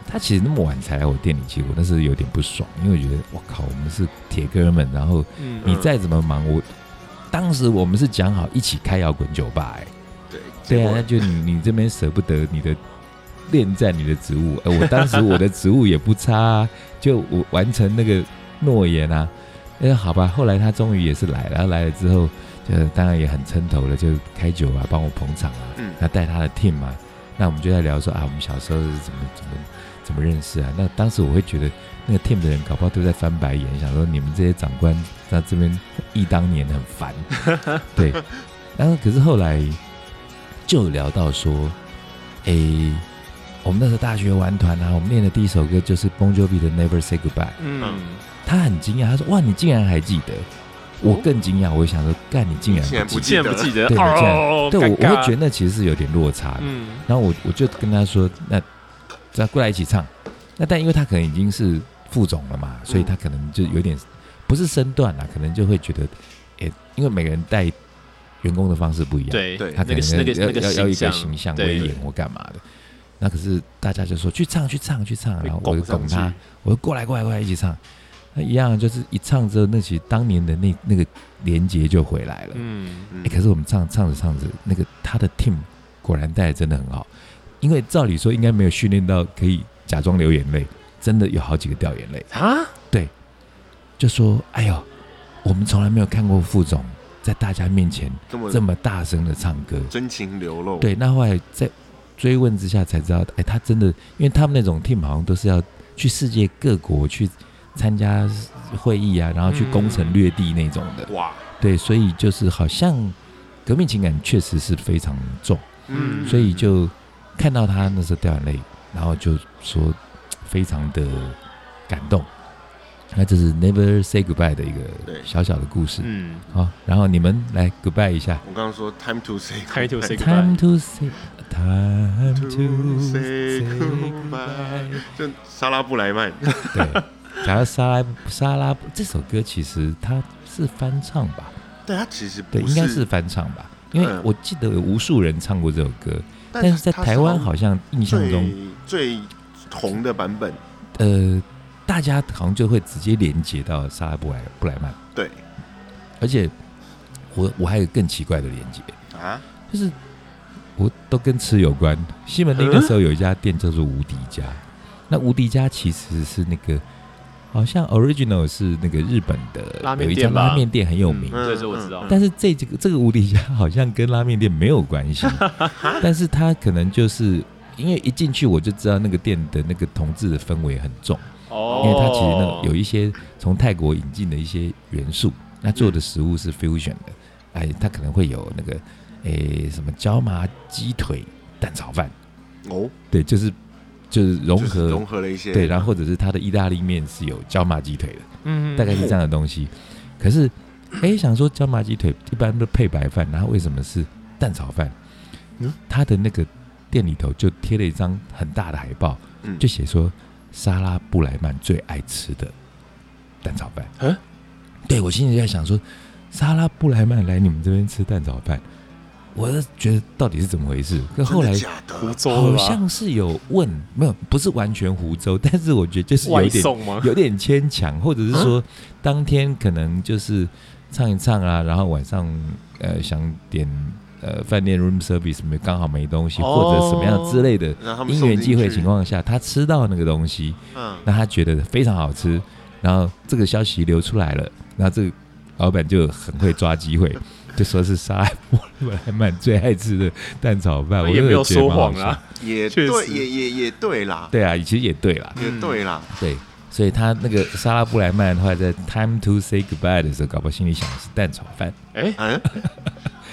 [SPEAKER 3] 他其实那么晚才来我店里，其实我那时候有点不爽，因为我觉得我靠，我们是铁哥们，然后你
[SPEAKER 4] 你
[SPEAKER 3] 再怎么忙，我当时我们是讲好一起开摇滚酒吧、欸诶。
[SPEAKER 1] 对，
[SPEAKER 3] 对
[SPEAKER 1] 结
[SPEAKER 3] 啊，
[SPEAKER 1] 果
[SPEAKER 3] 那就你 你这边舍不得你的恋战你的职务，呃，我当时我的职务也不差、啊， 就我完成那个诺言啊。那好吧，后来他终于也是来了，然后来了之后，就当然也很撑头了，就开酒啊，帮我捧场啊，
[SPEAKER 1] 嗯
[SPEAKER 3] 那带他的 team 嘛、那我们就在聊说啊，我们小时候是怎么怎么怎么认识啊？那当时我会觉得那个 team 的人搞不好都在翻白眼，想说你们这些长官在这边忆当年很烦，对。然后可是后来就有聊到说，诶、我们那时候大学玩团啊，我们练的第一首歌就是 Bon Jovi 的 Never Say Goodbye。
[SPEAKER 4] 嗯，
[SPEAKER 3] 他很惊讶，他说：“哇，你竟然还记得！”我更惊讶，我想说，干你竟然
[SPEAKER 1] 竟然
[SPEAKER 3] 不
[SPEAKER 1] 不
[SPEAKER 3] 记
[SPEAKER 4] 竟然不记得，
[SPEAKER 3] 对我竟然
[SPEAKER 4] 哦，
[SPEAKER 3] 对我我
[SPEAKER 4] 尴尬
[SPEAKER 3] 会觉得那其实是有点落差的。
[SPEAKER 4] 嗯
[SPEAKER 3] 然后我我就跟他说：“那再过来一起唱。”那但因为他可能已经是副总了
[SPEAKER 4] 嗯
[SPEAKER 3] 嘛，所以他可能就有点不是身段啊啦，可能就会觉得，诶、因为每个人带员工的方式不一样，
[SPEAKER 4] 对
[SPEAKER 1] 对
[SPEAKER 3] 他可
[SPEAKER 4] 那
[SPEAKER 3] 能
[SPEAKER 4] 个
[SPEAKER 3] 要
[SPEAKER 4] 那个那
[SPEAKER 3] 要
[SPEAKER 4] 个
[SPEAKER 3] 要要一个
[SPEAKER 4] 象
[SPEAKER 3] 形象
[SPEAKER 4] 对
[SPEAKER 3] 威严或干嘛的。那可是大家就说去唱去唱去唱，
[SPEAKER 4] 被
[SPEAKER 3] 然后我
[SPEAKER 4] 拱
[SPEAKER 3] 就
[SPEAKER 4] 上
[SPEAKER 3] 啊拱
[SPEAKER 4] 去
[SPEAKER 3] 他，我就过来过来过来一起唱。那一样啊就是一唱之后，那起当年的那那个连接就回来了。
[SPEAKER 4] 嗯，
[SPEAKER 1] 嗯
[SPEAKER 3] 欸可是我们唱唱着唱着，那个他的 team 果然带的真的很好，因为照理说应该没有训练到可以假装流眼泪，真的有好几个掉眼泪，
[SPEAKER 4] 啊，
[SPEAKER 3] 就说：“哎呦，我们从来没有看过副总在大家面前
[SPEAKER 1] 这么
[SPEAKER 3] 这么大声的唱歌。”
[SPEAKER 1] 真情流露，
[SPEAKER 3] 对，那后来在追问之下才知道，哎、他真的，因为他们那种 team 好像都是要去世界各国去参加会议啊，然后去攻城略地那种的。
[SPEAKER 1] 哇，
[SPEAKER 3] 对，所以就是好像革命情感确实是非常重，
[SPEAKER 1] 嗯，
[SPEAKER 3] 所以就看到他那时候掉眼泪，然后就说非常的感动。那这是 Never Say Goodbye 的一个
[SPEAKER 1] 对
[SPEAKER 3] 小小的故事。
[SPEAKER 4] 嗯，
[SPEAKER 3] 好，然后你们来 goodbye 一下。
[SPEAKER 1] 我刚刚说 time to say
[SPEAKER 4] Time to say goodbye
[SPEAKER 3] Time to say, time to
[SPEAKER 1] To
[SPEAKER 3] say
[SPEAKER 1] say
[SPEAKER 3] goodbye
[SPEAKER 1] goodbye。这莎拉布莱曼，
[SPEAKER 3] 对，假如莎拉莎拉这首歌其实它是翻唱吧？
[SPEAKER 1] 对他其实
[SPEAKER 3] 对，
[SPEAKER 1] 不
[SPEAKER 3] 应该是翻唱吧，因为
[SPEAKER 1] 嗯
[SPEAKER 3] 我记得有无数人唱过这首歌，但是在
[SPEAKER 1] 他
[SPEAKER 3] 台湾好像印象中，
[SPEAKER 1] 最最红的版本，
[SPEAKER 3] 呃，大家好像就会直接连接到莎拉布莱布莱曼，
[SPEAKER 1] 对
[SPEAKER 3] 而且我我还有更奇怪的连接，
[SPEAKER 1] 啊，
[SPEAKER 3] 就是我都跟吃有关。西门町那时候有一家店叫做无敌家，那无敌家其实是那个好像 original 是那个日本的
[SPEAKER 4] 拉面
[SPEAKER 3] 有一家
[SPEAKER 4] 店吧
[SPEAKER 3] 拉面店很有名，
[SPEAKER 4] 嗯对这我知道
[SPEAKER 1] 嗯嗯
[SPEAKER 3] 但是这这个这个无敌家好像跟拉面店没有关系，但是它可能就是。因为一进去我就知道那个店的那个同志的氛围很重，
[SPEAKER 4] 哦，
[SPEAKER 3] 因为它其实呢有一些从泰国引进的一些元素，那做的食物是 fusion 的，哎，它可能会有那个诶什么椒麻鸡腿蛋炒饭，
[SPEAKER 1] 哦，
[SPEAKER 3] 对，就是就是融
[SPEAKER 1] 就是
[SPEAKER 3] 合
[SPEAKER 1] 融合了一些，
[SPEAKER 3] 对，然后或者是它的意大利面是有椒麻鸡腿的，
[SPEAKER 4] 嗯，
[SPEAKER 3] 大概是这样的东西。可是哎，想说椒麻鸡腿一般都配白饭，然后为什么是蛋炒饭
[SPEAKER 4] 嗯？
[SPEAKER 3] 它的那个店里头就贴了一张很大的海报，
[SPEAKER 1] 嗯
[SPEAKER 3] 就写说莎拉布莱曼最爱吃的蛋炒饭。
[SPEAKER 4] 嗯
[SPEAKER 3] 对我心里在想说，莎拉布莱曼来你们这边吃蛋炒饭，我是觉得到底是怎么回事？可后
[SPEAKER 1] 真
[SPEAKER 3] 来
[SPEAKER 1] 的假的
[SPEAKER 4] 湖，州
[SPEAKER 3] 好
[SPEAKER 4] 了吧
[SPEAKER 3] 像是有问，没有，不是完全湖州，但是我觉得就是有
[SPEAKER 4] 外
[SPEAKER 3] 点
[SPEAKER 4] 送吗？
[SPEAKER 3] 有点牵强，或者是说、
[SPEAKER 4] 嗯
[SPEAKER 3] 当天可能就是唱一唱啊，然后晚上呃想点呃饭店 room service 没刚好没东西，
[SPEAKER 4] 哦
[SPEAKER 3] 或者什么样之类的
[SPEAKER 1] 然后他们
[SPEAKER 3] 因
[SPEAKER 1] 送
[SPEAKER 3] 缘
[SPEAKER 1] 进
[SPEAKER 3] 际会
[SPEAKER 1] 去
[SPEAKER 3] 情，况下，他吃到那个东西，
[SPEAKER 1] 嗯
[SPEAKER 3] 那他觉得非常好吃，然后这个消息流出来了，然后这个老板就很会抓 机会，就说是沙拉布莱曼最爱吃的蛋炒饭，我
[SPEAKER 4] 也
[SPEAKER 3] 就
[SPEAKER 4] 没有
[SPEAKER 3] 觉得
[SPEAKER 4] 说
[SPEAKER 3] 蛮好
[SPEAKER 4] 谎
[SPEAKER 3] 笑
[SPEAKER 4] 啊。，
[SPEAKER 1] 也
[SPEAKER 4] 确
[SPEAKER 1] 对，
[SPEAKER 4] 实
[SPEAKER 1] 也也也对啦，
[SPEAKER 3] 对啊，其实也对啦，
[SPEAKER 1] 也对啦，
[SPEAKER 3] 对，所以他那个莎拉布莱曼后来在《Time to Say Goodbye》的时候，搞不好心里想的是蛋炒饭，
[SPEAKER 4] 哎
[SPEAKER 1] 嗯，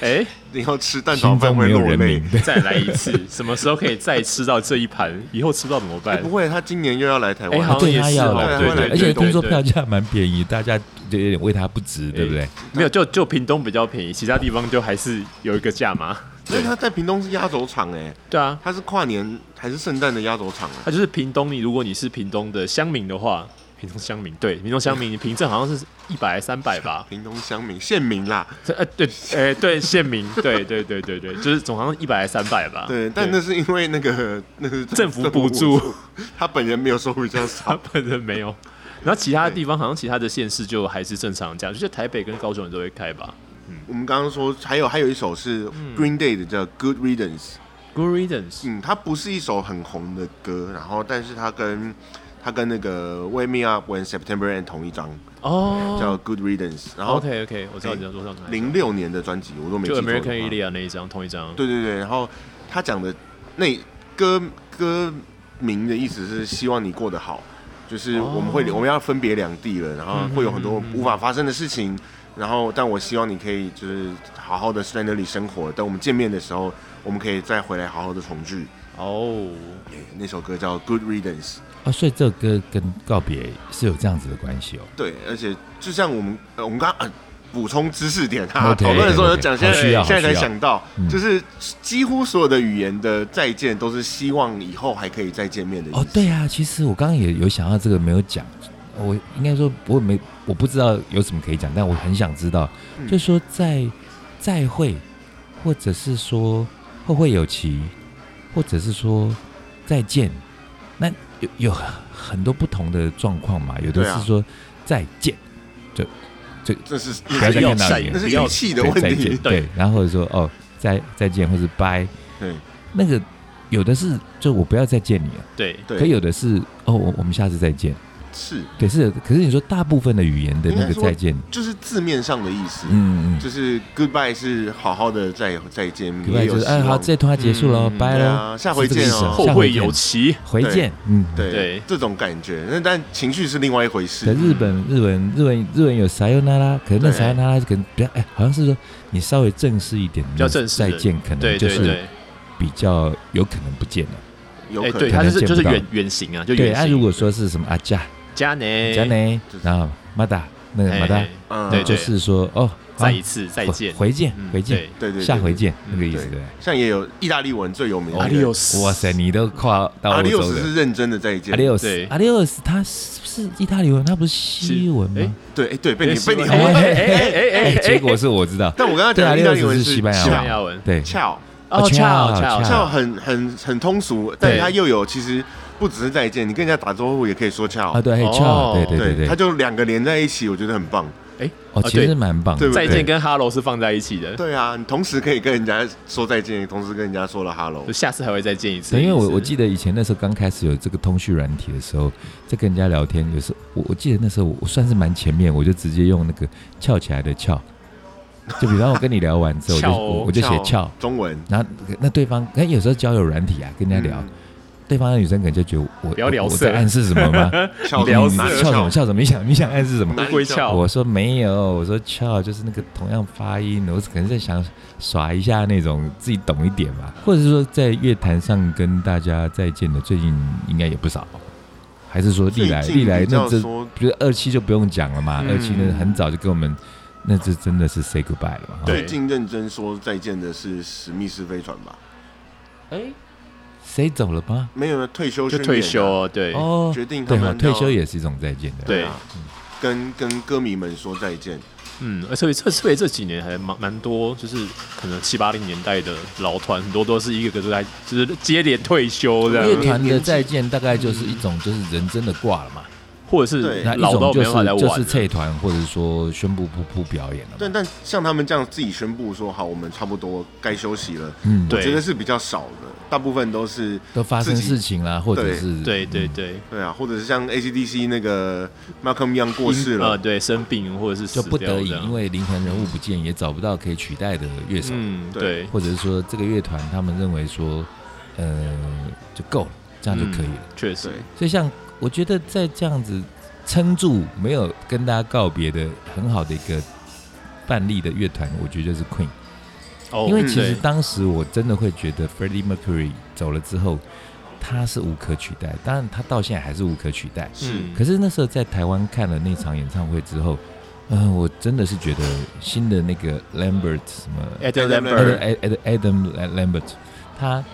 [SPEAKER 4] 哎，
[SPEAKER 1] 你要吃蛋炒
[SPEAKER 3] 心
[SPEAKER 1] 饭
[SPEAKER 3] 中
[SPEAKER 1] 会
[SPEAKER 3] 没有
[SPEAKER 1] 落
[SPEAKER 3] 人
[SPEAKER 1] 泪
[SPEAKER 3] 民。。对
[SPEAKER 4] 再来一次，什么时候可以再吃到这一盘？以后吃不到怎么
[SPEAKER 1] 哎
[SPEAKER 4] 办
[SPEAKER 1] 不？会，他今年又要来台湾
[SPEAKER 4] 哎
[SPEAKER 1] 了
[SPEAKER 4] 好，像
[SPEAKER 3] 对
[SPEAKER 4] 也
[SPEAKER 3] 他
[SPEAKER 4] 是
[SPEAKER 3] 要
[SPEAKER 4] 哦
[SPEAKER 3] 来，
[SPEAKER 1] 对
[SPEAKER 3] 对，
[SPEAKER 1] 对
[SPEAKER 3] 而且
[SPEAKER 4] 对
[SPEAKER 3] 听说
[SPEAKER 4] 对
[SPEAKER 3] 票价蛮便宜，大家就有点为他不值，对不对？
[SPEAKER 4] 没有，就就屏东比较便宜，其他地方就还是有一个价码。
[SPEAKER 1] 所以他在屏东是压轴场哎，
[SPEAKER 4] 对啊，
[SPEAKER 1] 他是跨年还是圣诞的压轴场啊？
[SPEAKER 4] 它就是屏东，你如果你是屏东的乡民的话，屏东乡民对屏东乡民，你凭证好像是一百三百吧？
[SPEAKER 1] 屏东乡民县民啦，
[SPEAKER 4] 这呃对，哎、对县民，对对对对对，就是总好像一百三百吧？
[SPEAKER 1] 对，但那是因为那个那是
[SPEAKER 4] 政府补助，
[SPEAKER 1] 他本人没有收入这样
[SPEAKER 4] 他
[SPEAKER 1] 少。
[SPEAKER 4] 本人没有。然后其他地方好像其他的县市就还是正常价，就是台北跟高雄人都会开吧。
[SPEAKER 1] 我们刚刚说还有还有一首是
[SPEAKER 4] 嗯
[SPEAKER 1] Green Day 的叫《Good Riddance》，
[SPEAKER 4] Good riddance，
[SPEAKER 1] 嗯，它不是一首很红的歌，然后但是它跟它跟那个《Wake Me Up When September End》同一张，
[SPEAKER 4] 哦、
[SPEAKER 1] 叫《Good Riddance》，然后
[SPEAKER 4] OK OK，我知道你在桌上看。
[SPEAKER 1] 零六年的专辑我都没记
[SPEAKER 4] 就
[SPEAKER 1] 错
[SPEAKER 4] American
[SPEAKER 1] 的话
[SPEAKER 4] Idiot 那一张，同一张。
[SPEAKER 1] 对对对，然后他讲的那歌歌名的意思是希望你过得好，就是
[SPEAKER 4] 哦
[SPEAKER 1] 我们会、我们要分别两地了，然后会有很多无法发生的事情，然后但我希望你可以就是好好的在那里生活，等我们见面的时候，我们可以再回来好好的重聚。哎
[SPEAKER 4] 哦，
[SPEAKER 1] 那首歌叫《Good Riddance》，
[SPEAKER 3] 啊，所以这首歌跟告别是有这样子的关系哦。
[SPEAKER 1] 对，而且就像我们呃我们刚。呃补充知识点哈，
[SPEAKER 3] OK，
[SPEAKER 1] 讨论的时候有
[SPEAKER 3] OK，
[SPEAKER 1] 讲，
[SPEAKER 3] 好
[SPEAKER 1] 现在
[SPEAKER 3] 需要
[SPEAKER 1] 现在
[SPEAKER 3] 好
[SPEAKER 1] 才
[SPEAKER 3] 需要
[SPEAKER 1] 想到
[SPEAKER 3] 嗯，
[SPEAKER 1] 就是几乎所有的语言的再见都是希望以后还可以再见面的意思
[SPEAKER 3] 哦，对啊，其实我刚刚也有想到这个没有讲，我应该说我没我不知道有什么可以讲，但我很想知道，
[SPEAKER 1] 嗯
[SPEAKER 3] 就是说在再会，或者是说后会有期，或者是说再见，那有有很多不同的状况嘛，有的
[SPEAKER 1] 对啊
[SPEAKER 3] 是说再见，
[SPEAKER 1] 这是
[SPEAKER 3] 不要再看到
[SPEAKER 4] 晒
[SPEAKER 3] 你
[SPEAKER 1] 那
[SPEAKER 3] 了，
[SPEAKER 1] 啊是
[SPEAKER 4] 不要
[SPEAKER 1] 语气的
[SPEAKER 3] 对
[SPEAKER 1] 问
[SPEAKER 3] 再见，
[SPEAKER 1] 题。
[SPEAKER 4] 对
[SPEAKER 3] 对，然后或者说哦再再见，或者拜，
[SPEAKER 1] 对
[SPEAKER 3] 那个有的是就我不要再见你了，
[SPEAKER 4] 对
[SPEAKER 3] 可
[SPEAKER 1] 对，
[SPEAKER 3] 有的是哦我我们下次再见，
[SPEAKER 1] 是
[SPEAKER 3] 对是，可是你说大部分的语言的那
[SPEAKER 1] 应该
[SPEAKER 3] 个
[SPEAKER 1] 说
[SPEAKER 3] 再见，
[SPEAKER 1] 就是字面上的意思，
[SPEAKER 3] 嗯嗯
[SPEAKER 1] 就是 goodbye 是好好的再再见，
[SPEAKER 3] 嗯，对
[SPEAKER 1] 也
[SPEAKER 3] 吧？
[SPEAKER 1] 有
[SPEAKER 3] 就是
[SPEAKER 1] 希
[SPEAKER 3] 哎
[SPEAKER 1] 望
[SPEAKER 3] 好，这通话结束了，
[SPEAKER 4] 嗯
[SPEAKER 3] 拜
[SPEAKER 1] 对
[SPEAKER 3] 喽，
[SPEAKER 1] 啊，下回见
[SPEAKER 3] 是这个意思
[SPEAKER 1] 哦
[SPEAKER 3] 后。
[SPEAKER 4] 后
[SPEAKER 3] 悔
[SPEAKER 4] 会
[SPEAKER 3] 见
[SPEAKER 4] 有期，
[SPEAKER 3] 回
[SPEAKER 1] 对
[SPEAKER 3] 见，嗯，对
[SPEAKER 1] 对，
[SPEAKER 4] 对
[SPEAKER 1] 这种感觉，那但情绪是另外一回
[SPEAKER 3] 可
[SPEAKER 1] 事。
[SPEAKER 3] 日本日文日文日文有 sayonara，可是
[SPEAKER 1] 对
[SPEAKER 3] 那 sayonara 可能比较哎，好像是说你稍微正式一点，
[SPEAKER 4] 比较正式
[SPEAKER 3] 再
[SPEAKER 4] 的
[SPEAKER 3] 见可
[SPEAKER 4] 对
[SPEAKER 3] 能就
[SPEAKER 4] 对
[SPEAKER 3] 是
[SPEAKER 4] 对，
[SPEAKER 3] 比较有可能不见了。
[SPEAKER 1] 有
[SPEAKER 4] 哎，
[SPEAKER 1] 可
[SPEAKER 4] 对，
[SPEAKER 1] 能
[SPEAKER 4] 它就是
[SPEAKER 3] 可能
[SPEAKER 4] 就
[SPEAKER 3] 见
[SPEAKER 4] 是
[SPEAKER 3] 不到
[SPEAKER 4] 远远行啊，就
[SPEAKER 3] 对，
[SPEAKER 4] 远
[SPEAKER 3] 啊，
[SPEAKER 4] 行。
[SPEAKER 3] 如果说是什么阿加
[SPEAKER 4] 加呢
[SPEAKER 3] 加，呢
[SPEAKER 1] 就是，
[SPEAKER 3] 然后马达那个
[SPEAKER 4] 哎
[SPEAKER 3] 马达，
[SPEAKER 4] 哎
[SPEAKER 1] 嗯
[SPEAKER 4] 对
[SPEAKER 3] 就
[SPEAKER 4] 对
[SPEAKER 3] 是说哦，
[SPEAKER 4] 再
[SPEAKER 3] 啊
[SPEAKER 4] 一次再
[SPEAKER 3] 回
[SPEAKER 4] 见，
[SPEAKER 3] 回见
[SPEAKER 4] 嗯
[SPEAKER 3] 回见，
[SPEAKER 4] 对
[SPEAKER 1] 对对，
[SPEAKER 3] 下回
[SPEAKER 1] 对。
[SPEAKER 3] 见哦
[SPEAKER 4] 嗯
[SPEAKER 3] 那个意思
[SPEAKER 1] 对
[SPEAKER 3] 对。
[SPEAKER 1] 像也有意大利文最有名的
[SPEAKER 4] Adios
[SPEAKER 3] 哇塞，你都跨到
[SPEAKER 1] 阿
[SPEAKER 3] 欧
[SPEAKER 1] 里
[SPEAKER 3] 洲
[SPEAKER 1] 奥斯
[SPEAKER 3] 了。
[SPEAKER 1] 是认真的再见。
[SPEAKER 3] 阿里奥
[SPEAKER 4] 对
[SPEAKER 3] 斯，阿里奥斯，它是不是意大利文？它不是西文吗？
[SPEAKER 1] 对，哎，对，被你被你，
[SPEAKER 4] 哎
[SPEAKER 1] 我
[SPEAKER 4] 哎哎哎哎哎
[SPEAKER 3] 结果是我知道，
[SPEAKER 1] 但我刚刚
[SPEAKER 3] 对
[SPEAKER 1] 讲
[SPEAKER 3] 啊
[SPEAKER 1] 的意大利文
[SPEAKER 3] 是西班牙
[SPEAKER 4] 西班
[SPEAKER 1] 翘，
[SPEAKER 4] 牙文，
[SPEAKER 3] 对，啊
[SPEAKER 1] 翘，
[SPEAKER 3] 哦
[SPEAKER 4] 哦
[SPEAKER 3] ，ciao，
[SPEAKER 4] ，ciao
[SPEAKER 3] ciao
[SPEAKER 4] ciao
[SPEAKER 1] 翘很很很通俗，但它又有其实不只是再见，你跟人家打招呼也可以说翘
[SPEAKER 3] 啊，。对，嘿
[SPEAKER 4] 哦
[SPEAKER 3] 翘，对对对
[SPEAKER 1] 对，它就两个连在一起，我觉得很棒。
[SPEAKER 3] 哦，
[SPEAKER 4] 啊
[SPEAKER 3] 其实
[SPEAKER 4] 对
[SPEAKER 3] 蛮棒的，
[SPEAKER 1] 对不
[SPEAKER 4] 再
[SPEAKER 1] 对
[SPEAKER 4] 见跟 hello 是放在一起的，
[SPEAKER 1] 对啊，你同时可以跟人家说再见，同时跟人家说了 hello
[SPEAKER 4] 就。下次还会再见一次。
[SPEAKER 3] 对，因为我
[SPEAKER 4] 是
[SPEAKER 3] 我记得以前那时候刚开始有这个通讯软体的时候，在跟人家聊天，有时候我我记得那时候我我算是蛮前面，我就直接用那个翘起来的翘，就比方我跟你聊完之后，我就
[SPEAKER 4] 翘哦
[SPEAKER 3] 我我就写翘，
[SPEAKER 1] 中文
[SPEAKER 3] 然后那对方，那有时候交友软体啊，跟人家
[SPEAKER 1] 嗯
[SPEAKER 3] 聊，对方的女生可能就觉得我
[SPEAKER 4] 不要聊
[SPEAKER 3] 我我
[SPEAKER 4] 色
[SPEAKER 3] 在暗示什 么吗？
[SPEAKER 1] 翘
[SPEAKER 4] 聊
[SPEAKER 3] 你
[SPEAKER 4] 色
[SPEAKER 1] 哪
[SPEAKER 3] 你
[SPEAKER 1] 个
[SPEAKER 3] 翘什
[SPEAKER 1] 翘？
[SPEAKER 3] 么翘什么？你想你想暗示什么？
[SPEAKER 1] 哪
[SPEAKER 4] 乌龟翘
[SPEAKER 3] 我说没有，我说翘就是那个同样发音，我可能在想耍一下那种自己懂一点吧，或者是说在乐坛上跟大家再见的，最近应该也不少，还是说历来
[SPEAKER 1] 最近
[SPEAKER 3] 历来
[SPEAKER 1] 比
[SPEAKER 3] 那
[SPEAKER 1] 较
[SPEAKER 3] 这，
[SPEAKER 1] 说
[SPEAKER 3] 比如二期就不用讲了嘛，
[SPEAKER 4] 嗯
[SPEAKER 3] 二期那很早就跟我们，那这真的是 say goodbye 了嘛，
[SPEAKER 4] 对
[SPEAKER 1] 最近认真说再见的是史密斯飞船吧？
[SPEAKER 3] 谁走了吗？
[SPEAKER 1] 没有退休
[SPEAKER 4] 就
[SPEAKER 1] 宣言啊
[SPEAKER 4] 退休，哦，对
[SPEAKER 3] 哦，
[SPEAKER 1] 决定他
[SPEAKER 3] 对哦，
[SPEAKER 1] 们
[SPEAKER 3] 退
[SPEAKER 1] 要
[SPEAKER 3] 休也是一种再见的，
[SPEAKER 1] 对啊，跟跟歌迷们说再见。
[SPEAKER 4] 嗯，而且这特别这几年还蛮蛮多，就是可能七八零年代的老团，很多都是一个个都在就是接连退休这
[SPEAKER 1] 因
[SPEAKER 3] 乐
[SPEAKER 1] 为
[SPEAKER 4] 样，
[SPEAKER 3] 啊团的再见大概就是一种，就是人真的挂了嘛，
[SPEAKER 4] 或者是
[SPEAKER 1] 对
[SPEAKER 3] 那一
[SPEAKER 4] 老
[SPEAKER 3] 种
[SPEAKER 4] 到
[SPEAKER 3] 就
[SPEAKER 4] 没办法再
[SPEAKER 3] 是就
[SPEAKER 4] 玩
[SPEAKER 3] 是
[SPEAKER 4] 了。
[SPEAKER 3] 退团，或者说宣布不不表演了
[SPEAKER 1] 但
[SPEAKER 3] 嘛。
[SPEAKER 1] 但像他们这样自己宣布说好，我们差不多该休息了，
[SPEAKER 3] 嗯，
[SPEAKER 1] 我
[SPEAKER 4] 对
[SPEAKER 1] 觉得是比较少的，大部分都是
[SPEAKER 3] 都发生
[SPEAKER 1] 自己
[SPEAKER 3] 事情啦，或者是
[SPEAKER 4] 对对
[SPEAKER 3] 嗯
[SPEAKER 4] 对，
[SPEAKER 1] 对啊，或者是像 ACDC 那个 Malcolm Young 过世
[SPEAKER 4] 因呃，
[SPEAKER 1] 了，
[SPEAKER 4] 对，生病或者是
[SPEAKER 3] 就
[SPEAKER 4] 死
[SPEAKER 3] 不
[SPEAKER 4] 掉
[SPEAKER 3] 得已
[SPEAKER 4] 这，样
[SPEAKER 3] 因为灵魂人物不见，也找不到可以取代的乐手，
[SPEAKER 4] 嗯，
[SPEAKER 1] 对
[SPEAKER 4] 对，
[SPEAKER 3] 或者是说这个乐团他们认为说，呃，就够了，这样就可以了。
[SPEAKER 4] 确实
[SPEAKER 1] 对，
[SPEAKER 3] 所以像我觉得在这样子撑住没有跟大家告别的很好的一个范例的乐团，我觉得就是 Queen。
[SPEAKER 4] 哦
[SPEAKER 3] 因为其实
[SPEAKER 4] 对
[SPEAKER 3] 当时我真的会觉得 Freddie Mercury 走了之后，他是无可取代，当然他到现在还是无可取代。
[SPEAKER 1] 是
[SPEAKER 4] 嗯
[SPEAKER 3] 可是那时候在台湾看了那场演唱会之后，嗯、我真的是觉得新的那个 Lambert 什么
[SPEAKER 4] Adam
[SPEAKER 1] Adam
[SPEAKER 4] Lambert，
[SPEAKER 3] Adam Adam- Adam Lambert，他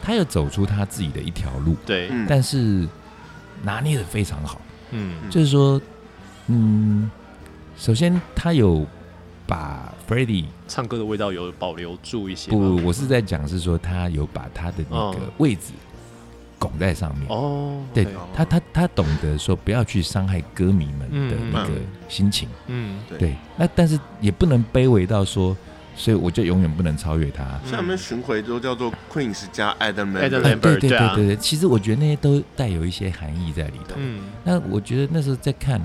[SPEAKER 3] 他又走出他自己的一条路，
[SPEAKER 4] 对，
[SPEAKER 1] 嗯，
[SPEAKER 3] 但是拿捏的非常好。
[SPEAKER 4] 嗯，
[SPEAKER 3] 就是说，嗯，首先他有把 Freddie
[SPEAKER 4] 唱歌的味道有保留住一些吧。
[SPEAKER 1] 哦
[SPEAKER 3] 不，我是在讲是说他有把他的那个
[SPEAKER 4] 嗯
[SPEAKER 3] 位置拱在上面。
[SPEAKER 4] 哦，
[SPEAKER 3] 对
[SPEAKER 4] OK，
[SPEAKER 3] 他他他懂得说不要去伤害歌迷们的那个
[SPEAKER 1] 嗯
[SPEAKER 3] 心情，
[SPEAKER 4] 嗯，
[SPEAKER 1] 对
[SPEAKER 3] 对。那但是也不能卑微到说，所以我就永远不能超越他。
[SPEAKER 1] 像他们巡回都叫做 Queen 是加 Adam
[SPEAKER 4] Adam
[SPEAKER 1] Lambert，
[SPEAKER 3] 哎
[SPEAKER 4] Lambert，
[SPEAKER 3] 对对
[SPEAKER 4] 对啊
[SPEAKER 3] 对对，其实我觉得那些都带有一些含义在里头。
[SPEAKER 4] 嗯，
[SPEAKER 3] 那我觉得那时候在看，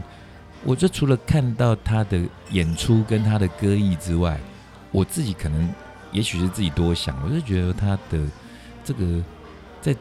[SPEAKER 3] 我就除了看到他的演出跟他的歌艺之外，我自己可能也许是自己多想，我就觉得他的这个在